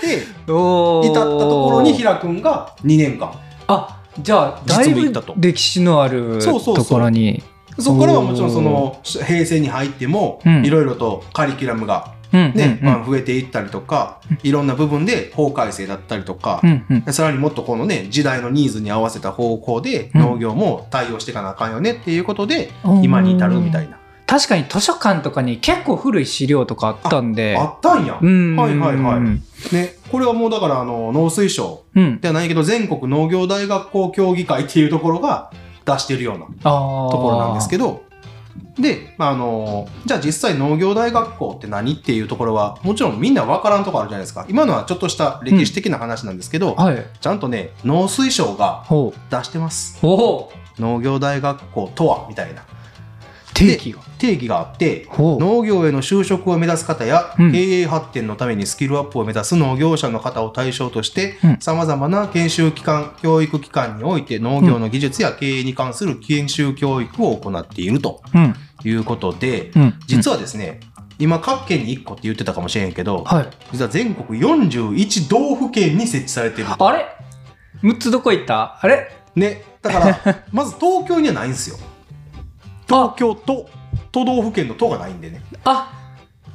おー
至ったところに平君が2年間
あじゃあだ
実
い
務行
ぶ
ったと
歴史のある
そうそうそう
ところに
そこからはもちろんその平成に入っても
うん
いろいろとカリキュラムが
うん
ね、
うんうん
まあ、増えていったりとかいろんな部分で法改正だったりとか
う、んうん
さらにもっとこのね時代のニーズに合わせた方向で
うん
農業も対応していかなあかんよねっていうことで今に至るみたいな。
確かに図書館とかに結構古い資料とかあったんで
あったんや、
うん
はいはいはい
うん
ね、これはもうだからあの農水省
うん
ではないけど全国農業大学校協議会っていうところが出してるような
あ
ところなんですけ
ど
どで、まあ、あのじゃあ実際農業大学校って何っていうところはもちろんみんな分からんとこあるじゃないですか今のはちょっとした歴史的な話なんですけど、
はい
ちゃんとね農水省が
ほう
出してます
おお
農業大学校とはみたいな
定期が
定義があって
ほう
農業への就職を目指す方や、
うん
経営発展のためにスキルアップを目指す農業者の方を対象として
うん
さまざまな研修機関教育機関において農業の技術や経営に関する研修教育を行っていると
うん
いうことで
うん
実はですね、今各県に1個って言ってたかもしれんけど
はい
実は全国41道府県に設置されている
あれ6つどこ行ったあれ
ねだから まず東京にはないんですよ東京都都道府県の都がないんでね
あ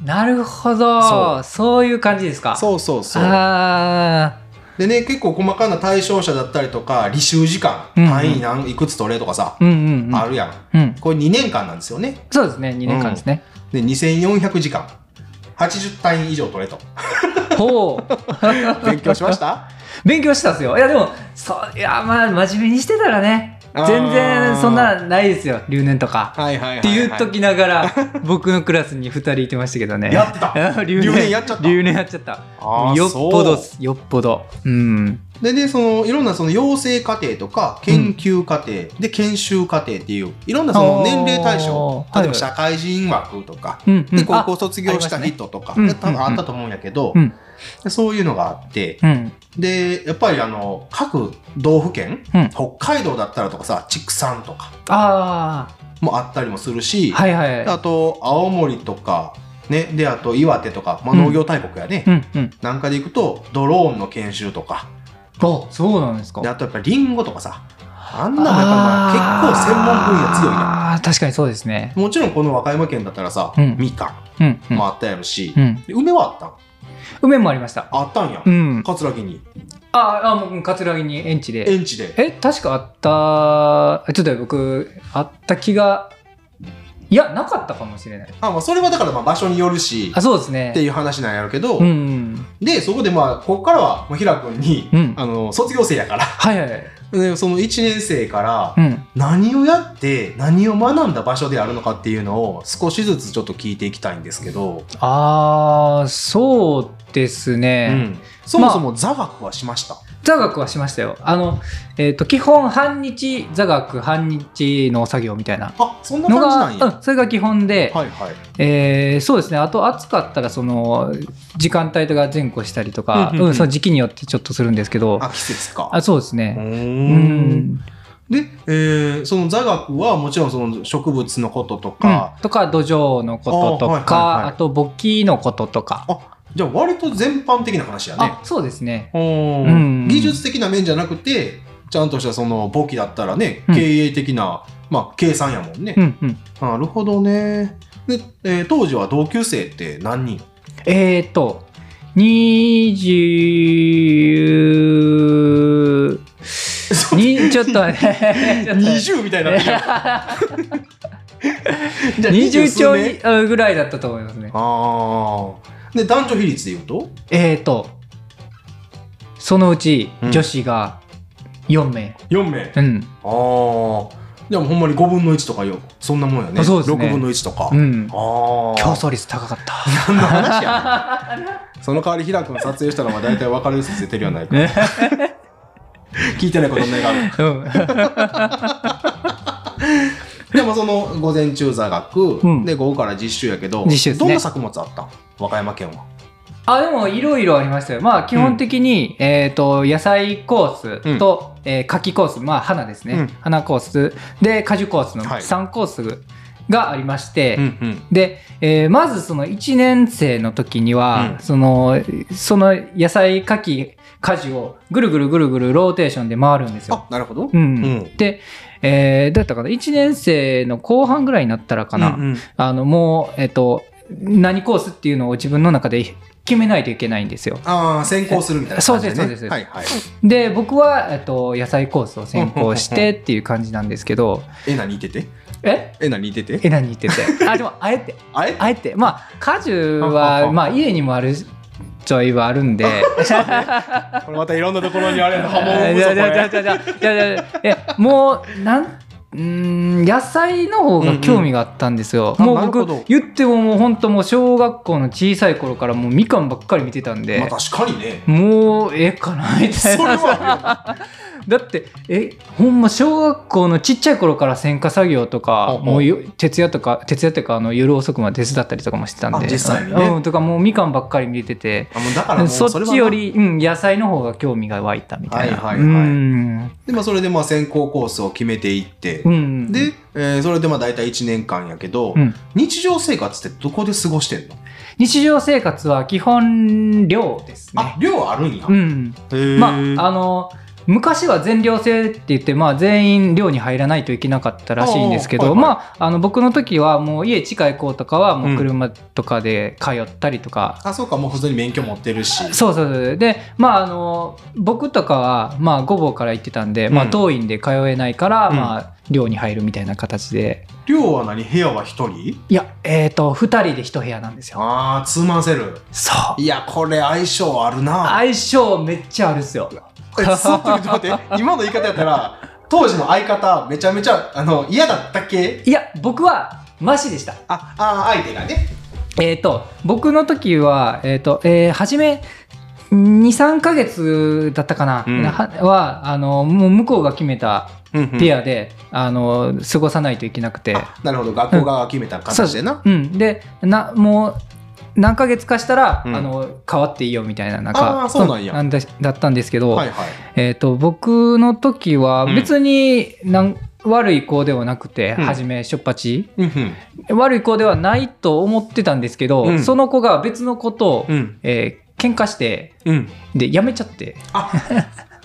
なるほど
そ
そういう感じですかう
そうそうそう
あ
でね結構細かな対象者だったりとか履修時間
うんうん
単位何いくつ取れとかさ、
ーうんうんうん
あるやん
うん
これ2年間なんですよね
そうですね2年間ですね、
で2400時間80単位以上取れ と
ほう
勉強しました
勉強したっすよいやでもそういやまあ真面目にしてたらね
あー
全然そんなないですよ留年とか
はいはいはい、
って言っときながら僕のクラスに2人いてましたけどね
や ってた
留
留年やっちゃった
留年やっちゃった
あー
よっぽどっ
そ
すよっぽどうん
うでねそのいろんなその養成課程とか研究課程、で研修課程っていういろんなその年齢対象
あー
例え
はい
ば社会人枠とか、
うんうん
で高
あ
校卒業した人とか、
ありましたね
で多分あったと思うんやけど、
うん
でそういうのがあって、
うん
でやっぱりあの各道府県、
うん
北海道だったらとかさ畜産とか
あ
もあったりもする
あ
し、
はいはい
あと青森とかねであと岩手とか、まあ、
うん
農業大国やね、
うんうん
なんかで行くとドローンの研修とか
あそうなんですか
であとやっぱりリンゴとかさあんなのやっぱまあ結構専門分野強いや
あー確かにそうですね
んもちろんこの和歌山県だったらさ、
うん
みか
うんうん
んもあったやろし
う、ん
で梅はあったん
梅もありました
あったんや、
うん
桂木に
ああもう桂木に園地で
園地で
え確かあったちょっと僕あった気がいやなかったかもしれない
あ、まあ、それはだからまあ場所によるし
あそうです
って
ね
いう話なんやろうけど、
うんうん
で、そこでまあ、ここからは、もう平君に、
うん
あの、卒業生やから、
はいはいはい
でその1年生から
う、ん
何をやって、何を学んだ場所であるのかっていうのを、少しずつちょっと聞いていきたいんですけど、
ああそうです
う
ね、
んそもそも座学はしました。
座学はしましたよあの、えー、と基本半日座学半日の作業みたいな
あ、そんな
のが
感じなんや。
うん、それが基本で、
はいはい。
えーそうですねあと暑かったらその時間帯とか前後したりとか、う
う
んん
うんうん
その時期によってちょっとするんですけど
あ、季節か。
あそうですね、
うー。
うんん
で、えーその座学はもちろんその植物のこととか、
とか土壌のこととか
あ
あ,、
はいはいはい
と簿記のこととか、
じゃあ割と全般的な話やね。
あそうですね
うん
うん
技術的な面じゃなくてちゃんとしたその簿記だったらね、
うん
経営的な、まあ、計算やもんね
う、んうん
なるほどねで、えー当時は同級生って何人
えー、っと20にちょっ と ねちょっとね
20みたい になってるじゃあ
20
数
兆
名
にあぐらいだったと思いますね
ああで男女比率で言うと
えー、っとそのうち
うん
女子が4名
4名
うん、
ああでもほんまに5分の1とかよそんなもんやね
あそうですね
6分の1とか、
う
あ
ん、
あ
競争率高かった
何の話やねん その代わり平君撮影したらまあ大体分かるやつ出てるやないか
ね
聞いてないことに願う
うん
でもその午前中座学、
うん
で午後から実習やけど
実習ですね
どんな作物あったん和歌山県は
あでもいろいろありましたよ。まあ基本的に、えっ、と野菜コースと、えー柿コースまあ花ですね、
うん
花コースで果樹コースの
はい
3コースがありまして、
ん
で、えーまずその1年生の時には、
うん
そのその野菜柿果樹をぐるぐるぐるぐるローテーションで回るんですよ
あ。なるほど
う
うんん
で、えーどうやったかな1年生の後半ぐらいになったらかな、
うんうん
あのもう、えっと何コースっていうのを自分の中で決めないといけないんですよ。
ああ先行するみたいな感じ
そ
ね
うですそうです
はいはい
で僕は、えっと野菜コースを先行してっていう感じなんですけど
えなにいてて
え
えなにいてて
え何言って てあでもあえて
あえ
あえてまあ果樹
ははは
はまあ家にもあるちょいはあるん で。
これまたいろんなところにあれやな波紋を生む
じ
ぞ
ゃ
こ
じゃじゃ
れ
じゃじゃじゃじゃえもうなんうーん野菜の方が興味があったんですよ、
うんうん
も
あ
う
なるほど
僕言ってももう本当もう小学校の小さい頃からもうみかんばっかり見てたんで、
まあ確かにね
もうええかなみたい
それ
な
はあるよ
だってえほんま小学校のちっちゃい頃から選果作業と
ほう
か
ほう
もうよ徹夜とか徹夜というかあの夜遅くまで手伝ったりとかもしてたんで
あ実際にね
うん、とかもうみかんばっかり見てて
あもうだからもう
そ
それ
っ
は
ちより、うん、野菜の方が興味が湧いたみたいな。
はいはいはい
うん
で、まあ、それでまあ選考コースを決めていって、
うん、
で、えーそれでまあ大体1年間やけど、
うん
日常生活ってどこで過ごしてんの、
日常生活は基本量ですね
あ。寮あるんや、
うん、
へえ
まああの昔は全寮制って言って、まあ、全員寮に入らないといけなかったらしいんですけど、
おうはいはい
まあ、あの僕の時はもう家近い子とかはもううん車とかで通ったりとか、
あそうかもう普通に免許持ってるし
そうそうそうで、まあ、あの僕とかは、まあ、五坊から行ってたんで、まあ、
うん
遠いんで通えないから、
うん
まあ、寮に入るみたいな形で
寮は何部屋は1人
いや、えー、と2人で1部屋なんですよ。
ああツーマンセル
そう
いやこれ相性あるな
相性めっちゃあるんですよ。
えちょっと待って今の言い方やったら当時の相方めちゃめちゃあの嫌だったっけ
いや僕はマシでした。
ああー相手がね
えー、と僕の時は、えーとえー初め23ヶ月だったかな、
うん
なはあのもう向こうが決めたペ
ア
アで、あの過ごさないといけなくて、
なるほど学校側が決めた形でな、
うん、でなもう何ヶ月かしたら、
うん
あの変わっていいよみたいななん
あ
か
ーそうなんや
だだったんですけど、
はいはい
えー、と僕の時は別になん、悪い子ではなくて、
うん
初めしょっぱち
うんうん
悪い子ではないと思ってたんですけど、
うん
その子が別の子と、
うん
えー喧嘩して
うん
で辞めちゃって
あ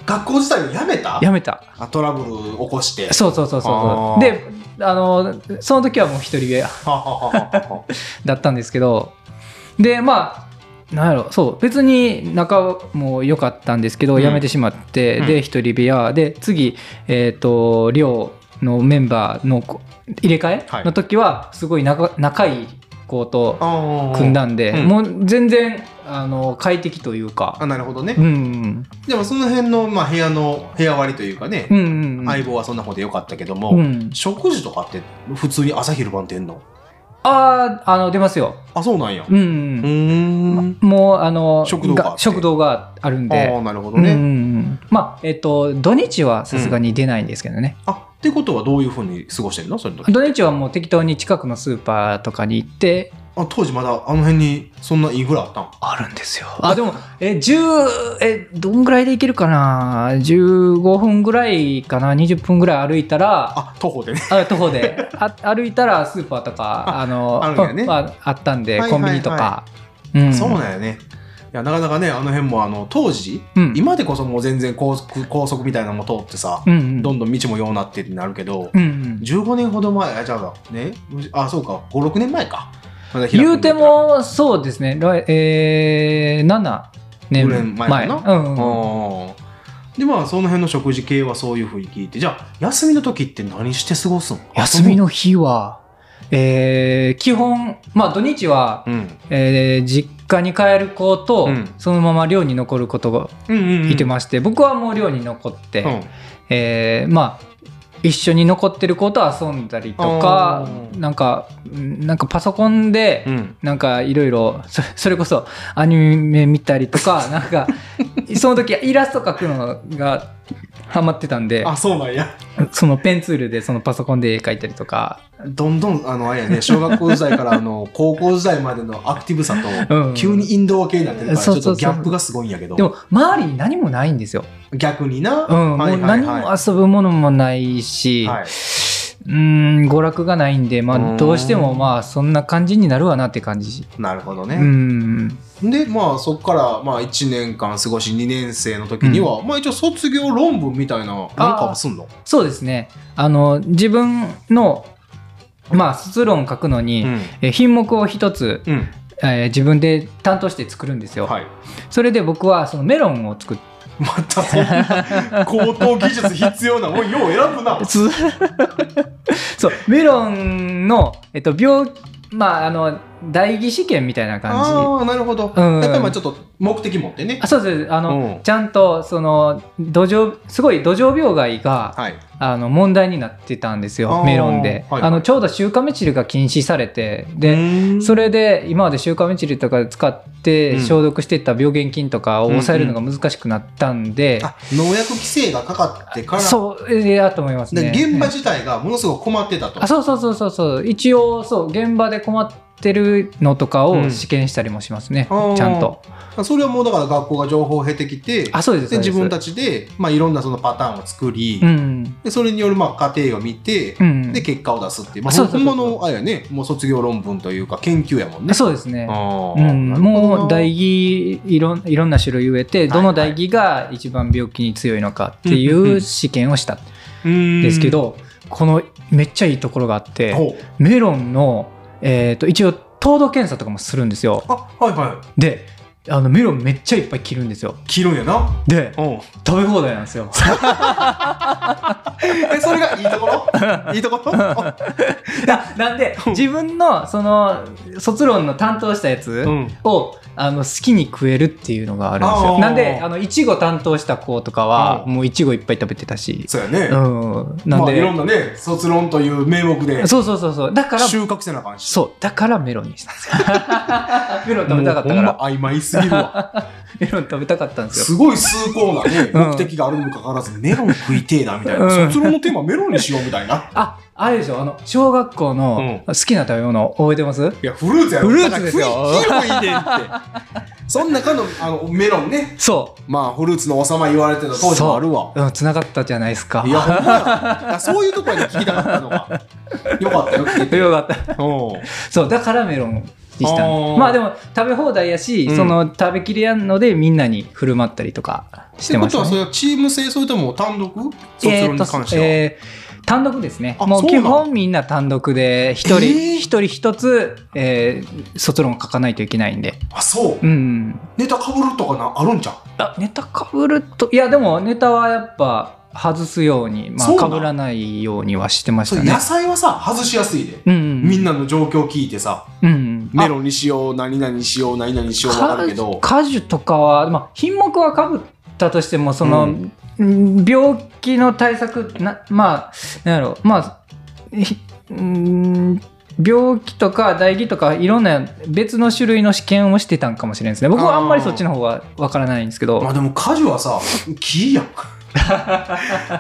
学校自体をやめた
辞めた
あトラブル起こして
そうそうそうそう
あ
そ
ー
うであのその時はもう一人親
ははははは
だったんですけどでまあなんやろそう別に仲も良かったんですけど
うん
辞めてしまって、
うん
で一人部屋で次えっ、と寮のメンバーの子入れ替
はい
えの時はすごい仲仲いい子と
あー
組んだんで、
うん
もう全然あの快適という
あ
か、
なるほどね
う、ん
でもその辺の、まあ、部屋の部屋割りというかね、
うんうんうん、
相棒はそんな方でよかったけども、
うん、
食事とかって普通に朝昼晩出んの
あーあの出ますよ、
あそうなんや
うん
う
うん
ーん
もうあの
食堂があって
が食堂があるん
あ
で
あなるほど
うんうんう
ね、
んまあえっ、と土日はさすがに出ないんですけどね、
あってことはどういうふうに過ごしてるのそれ時
土日はもう適当に近くのスーパーとかに行って
あ当時まだあの辺にそんなインフラあったん
あるんですよあでもえ10えどんぐらいで行けるかな15分ぐらいかな20分ぐらい歩いたら
あ徒歩でね
あ徒歩 であ歩いたらスーパーとかあの
あるんやね
うんまああったんで、
はいはいはい
コンビニとか、うん、
そう
や、
なんやねいやなかなかねあの辺もあの当時、
うん、
今でこそもう全然高速高速みたいなのも通ってさ、
うんうん
どんどん道もようなってってなるけど、
うんうん、
15年ほど前あじゃあねあそうか56年前かまだ開くんだ
言うてもそうですね来えー、7年
五年前かな
うんうん
あーでまあその辺の食事系はそういうふうに聞いてじゃあ休みの時って何して過ごすの
休みの日は、えー、基本まあ土日は、
うん
えー実家に帰る子と、
うん
そのまま寮に残ることが
うんうんうん
いてまして、僕はもう寮に残って、
うん
えーまあ一緒に残ってる子と遊んだりとか
うん
なんかうんなんかパソコンで
うん
なんかいろいろそそれこそアニメ見たりと かなんかその時イラスト描くのがハマってたんで
あそうなんや
そのペンツールでそのパソコンで絵描いたりとか
どんどんあのあれやね小学校時代から あの高校時代までのアクティブさ
う
と
ん
急にインドア系になってるからち
そう
ょ
そ
っ
うそ
と
う
ギャップがすごいんやけど
でも周りに何もないんですよ、
逆にな
うん
はい
もう
はい
何も
は
遊ぶものもないし、
いはいう
ーん娯楽がないんで、ま
うん
あ、どうしてもまあそんな感じになるわなって感じ
なるほど
う
ね
ん
でまあそこからまあ1年間過ごし2年生の時にはまあ一応卒業論文みたいななんかはすんの
そうですねあの自分のまあ卒論書くのに、
ん
え品目を一つ、
うん
えー自分で担当して作るんですよ、
はい
それで僕はそのメロンを作っ
またそんな高等技術必要なもんよう選ぶな
て そうメロンの、えっと、病まああの代議士権みたいな感
ああなるほど、
うん
やっぱりまあちょっと目的持ってね
じあそうですあの、
うん
ちゃんとその土壌すごい土壌病害が
はい
あの問題になってたんです
あ
よ
ー
メロンで、
はいはい
あのちょうど収穫メチルが禁止されてで、
で
それで今まで収穫メチルとか使って
うん
消毒してた病原菌とかを抑えるのが難しくなったんで、
あ農薬規制がかかってから
そうえだと思いますね
で現場自体がものすごく困ってたと
あそうそうそうそうそう一応そう現場で困ってるのとか
う
を
ん
試験したりもしますね、
あー
ちゃんと
それはもうだから学校が情報を経てきて
あそうです
で
そうで
自
す
分たちで、まあ、いろんなそのパターンを作り、
うん
でそれによるまあ過程を見て、
うん
で結果を出すっていう、まあ、
そうそうそう
本物のあれやねもう卒業論文というか研究やもんね。
そうですね
あ
う
ー
ん、
なるほどな
もう代議いろんいろんな種類植えてどの代議が一番病気に強いのかってい
うんうんう
うん試験をしたん
うん
ですけど、このめっちゃいいところがあって
ほう
メロンの、えー、と一応糖度検査とかもするんですよ
あはいは
であのメロンめっちゃいっぱい切るんですよ
い切るんやな。
で
うん、
食べ放題なんですよ
えそれがいいところ いいところあ
ななんで自分のその卒論の担当したやつ
うん
をあの好きに食えるっていうのがあるんです
あ
よ
ー
なんであのいちご担当した子とかは
う
もういちごいっぱい食べてたし
そうやね。
うんなん
まあ、い
で、
ろんなね卒論という名目で
そうそうそうそうだから
収穫せなあかんし。
そうだからメロンにしたんですよ メロン食べたかったか
もう
ら
ほんま曖昧すぎ るわ。
メロン食べたかったんですよ
すごい崇高なね、
うん
目的があるにもかかわらず、メロン食いてえな、みたいな。
うん
卒論のテーマメロンにしよう、みたいな。
ああれでしょあの小学校の
う
好きな食べ物覚えてます
いや、フルーツやろ。
フルーツですよ
だからフルーツいいねんって。そん中の、あの、メロンね。
そ
まあ、フルーツの王様言われてた当時もあるわ。
ううん繋がったじゃないですか
いや、ほんまやあそういうところに聞きたかったのが。よかったよ、聞けて。
よかった
おう
そうだからメロンにした
あー
まあでも食べ放題やし、
うん
その食べきりやんのでみんなに振る舞ったりとかし
って
て
こ
ま
とは、
した、
そ
ね、
れはチーム制、それとも単独卒論に関しては。
えーとえー単独ですね
あ
もう
そう
基
なの
本みんな単独で一人
えー
一、人一つ、えー卒論を書かないといけないんで
あ、そう。
うん
ネタかぶるとかな、あるんじゃん。
あネタかぶるといやでもネタはやっぱ外すようにま
そう
あ
な
か
の
ぶらないようにはしてまし
そ
た
れ
ね
野菜はさ、外しやすいで。
うんうん
みんなの状況聞いてさ、
うんうん
メロンにしよう、何々にしよう、何々にしよう、わかるけど。
果樹とかは、まあ、品目はかぶったとしてもその、
う
うん病気の対策なまあなんやろうまあひうん病気とか代議とかいろんな別の種類の試験をしてたんかもしれないですね僕はあんまりそっちの方はわからないんですけど
まあでも果樹はさ、木やん。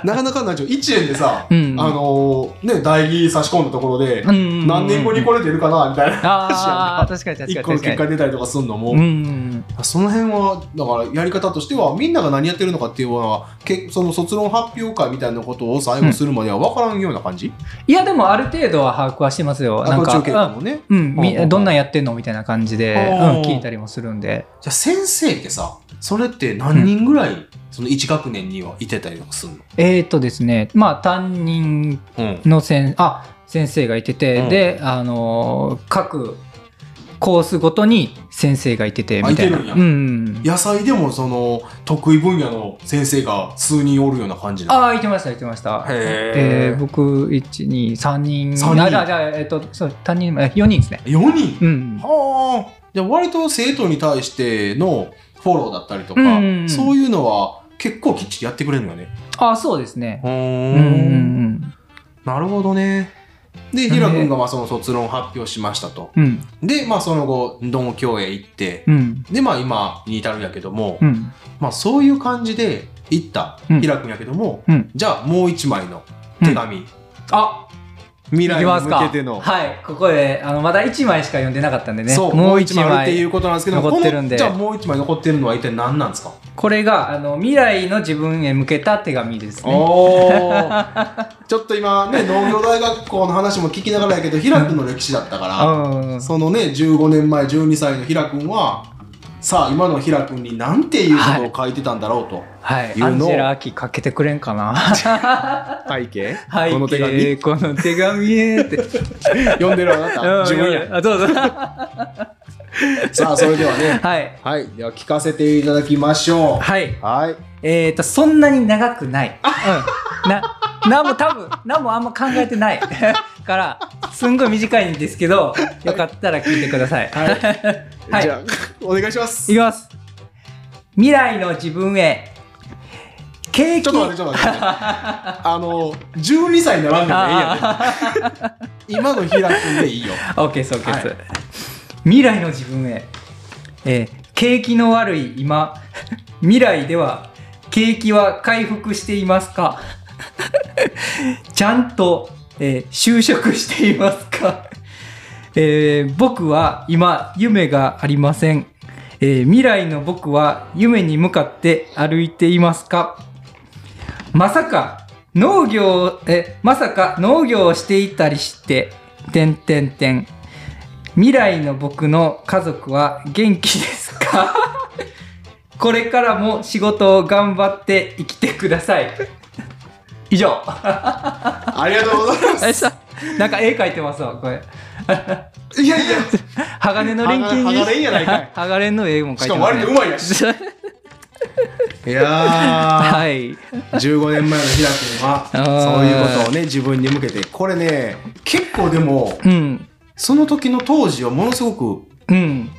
なかなかなんちゅう、1円でさ、
うん
あのーね、代議差し込んだところで、
うん
何年後にこれ出るかな、みたいな話
あ
や
あ
んか。
確かに確か
1
に
個の
確
結
か
果
に
出たりとかすんのも、
うん
その辺は、だからやり方としては、みんなが何やってるのかっていうのは、けその卒論発表会みたいなことを最後するまでは分からんような感じ、
いやでもある程度は把握はしてますよ
あ
なん
の
か
中継もね。
うん、み
うんうん
どんなんやってんのみたいな感じで、うん
おー
聞いたりもするんで
じゃあ先生ってさそれって何人ぐらい、その1学年にはいてたりとかするの、
えー、とですねまあ担任の先あ先生がいてて、
うん
であのー各コースごとに先生がいててみたいな
あいてるんや
うん
野菜でもその得意分野の先生が数人おるような感じなの
ああいてましたいてました
へ
えー
ー
僕123人
三人
あじゃあじゃあえっ、とそう担任え4人ですね
4人、
うん
はあじゃあ割と生徒に対してのフォローだったりとか、
うん
そういうのは結構きっちりやってくれるのよね
あそうですね
う
うんうんうん
なるほどねで平君がまあその卒論発表しましたと
うん
でまあその後同郷へ行って
うん
でまあ今に至るんやけども、
うん
まあ、そういう感じで行った
うん
平君やけども、
うん
じゃあもう一枚の手紙、
あ
未
い
来
き
に
ます
向
か
けての、
はいここであのまだ1枚しか読んでなかったんでね
そうも
も
う
う
一
1
枚あるって
枚
いうことなんですけど
残ってるんで
このじゃあもう一枚残ってるのは一体何なんですか
これがあの未来の自分へ向けた手紙ですね
おー ちょっと今ね農業大学校の話も聞きながらやけど平君の歴史だったから、
うん
そのね15年前12歳の平君はさあ今の平君になんていうことを書いてたんだろうと、
はい、
言
ア
う
ン
の
ジェラ・アキかけてくれんかな
背景
はい
この手紙
この手紙へっ て
読んでるあなた自分や
あどうぞ
さあそれではね
はい
はい、では聞かせていただきましょ
はい
はい。
えっ、ー、とそんなに長くない、うん、な何も多分何もあんま考えてない からすんごい短いんですけどよかったら聞いてください、
はい
はい
じゃあお願いします
いきます未来の自分へ景気
ちょっと待ってちょっと待ってあの12歳にならんでもええんや
あ
で今の平君でいいよ
ー OK そう OK そう
は
未来の自分へ、えー景気の悪い今 未来では景気は回復していますか ちゃんと、えー就職していますか、 えー僕は今夢がありません、えー未来の僕は夢に向かって歩いていますかまさか農業えまさか農業をしていたりしててんてんてん未来の僕の家族は元気ですか これからも仕事を頑張って生きてください以上
ありがとうございま
あれさなんか絵描いてますわこれ
すいやいや
鋼の錬金
鋼鋼錬やないか い
鋼の絵も描いてます、ね、
しかも割とうまいやしいや
はい
ー15年前の平君は
あー
そういうことをね自分に向けてこれね結構でも
うん
その時の当時をものすごく
うん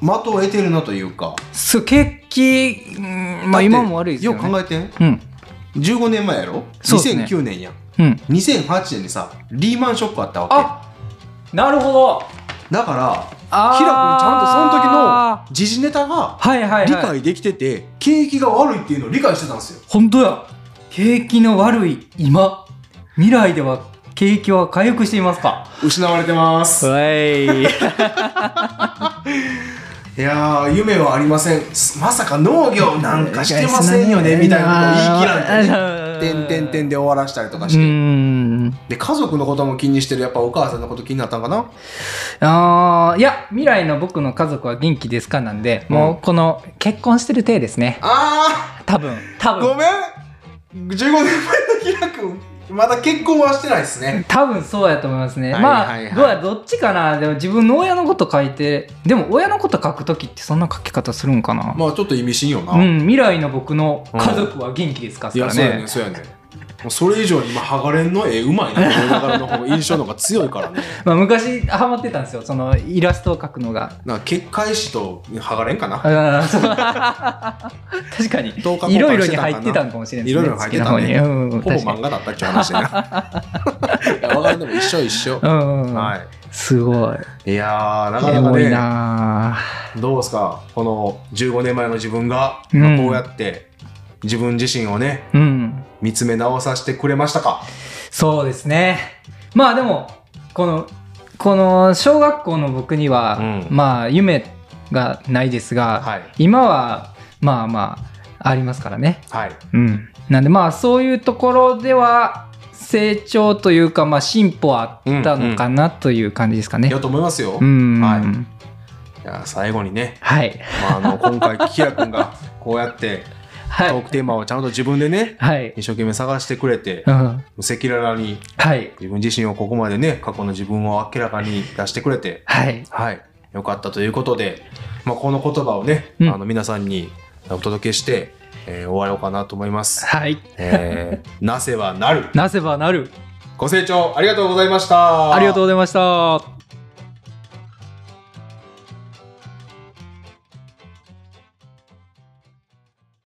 的を得てるなというか
そう景気うんまあ
だって
今も悪いですよ、ね、
よく考えてん
うん
15年前やろ、
そうですね
2009年やん
うん
2008年にさリーマンショックあったわ
あなるほど
けだから
あー
平君ちゃんとその時の時事ネタが
はいはいはい
理解できてて、景気が悪いっていうのを理解してたんですよ
本当や景気の悪い今未来では景気は回復していますか
失われてます
い
いやー夢はありませんまさか農業 なんかしてませんよねみたいなことを言い切らんとね「てんてんてん」で終わらしたりとか
う
して、
ーん
で家族のことも気にしてるやっぱお母さんのこと気になったんかな
あーいや未来の僕の家族は元気ですかなんで、もうこの結婚してる体ですね
あ
多分多
ーご
分
めん15年前のひらくんまだ結婚はしてないですね
多分そうやと思いますね、
はい
まあ、
はいはい
どうやどっちかなでも自分の親のこと書いてでも親のこと書く時ってそんな書き方するんかな、
まあちょっと意味深よな、
うん未来の僕の家族は元気ですか、
い
か
や
ら
そうやねそうやねもうそれ以上に今ハガレンの絵うまいなって思いながらの方が印象の方が強いからね
まあ、昔ハマってたんですよそのイラストを描くのが。
なんか結界師とハガレンかな
あーそう 確かに
等価交換してたかない
ろいろに入ってたんかもしれない
いろいろ入ってたね
好きな方にうんうん
ほぼ
確か
漫
に
画だったっちゅう話やな いやハガレンでも一緒一緒
うんうん
は
すごい
い、いやーなか
エ
なか
モい
ね
な
どうですかこの15年前の自分がこう
うん
やって自分自身をね
ーうん
見つめ直させてくれましたか
そうですねまあでもこのこの小学校の僕には、
うん
まあ夢がないですが、
はい
今はまあまあありますからね
はい
うん、なんでまあそういうところでは成長というかまあ進歩はあったのかなという感じですかね
や。と思いますよ、
う
い
ん、
は
はいい、
や最後にね、
はい、
まあ、あの今回キラ君がこうやってト
は
ー
い、
クテーマをちゃんと自分でね
はい、
一生懸命探してくれて
うん、
赤裸々に
はい、
自分自身をここまでね過去の自分を明らかに出してくれて
はい、
はい、よかったということで、まあ、この言葉をね、
うん
あの皆さんにお届けして、えー終わろうかなと思います。
はい、
えー なせはなる。
なせばなる。
ご清聴ありがとうございました。
ありがとうございました。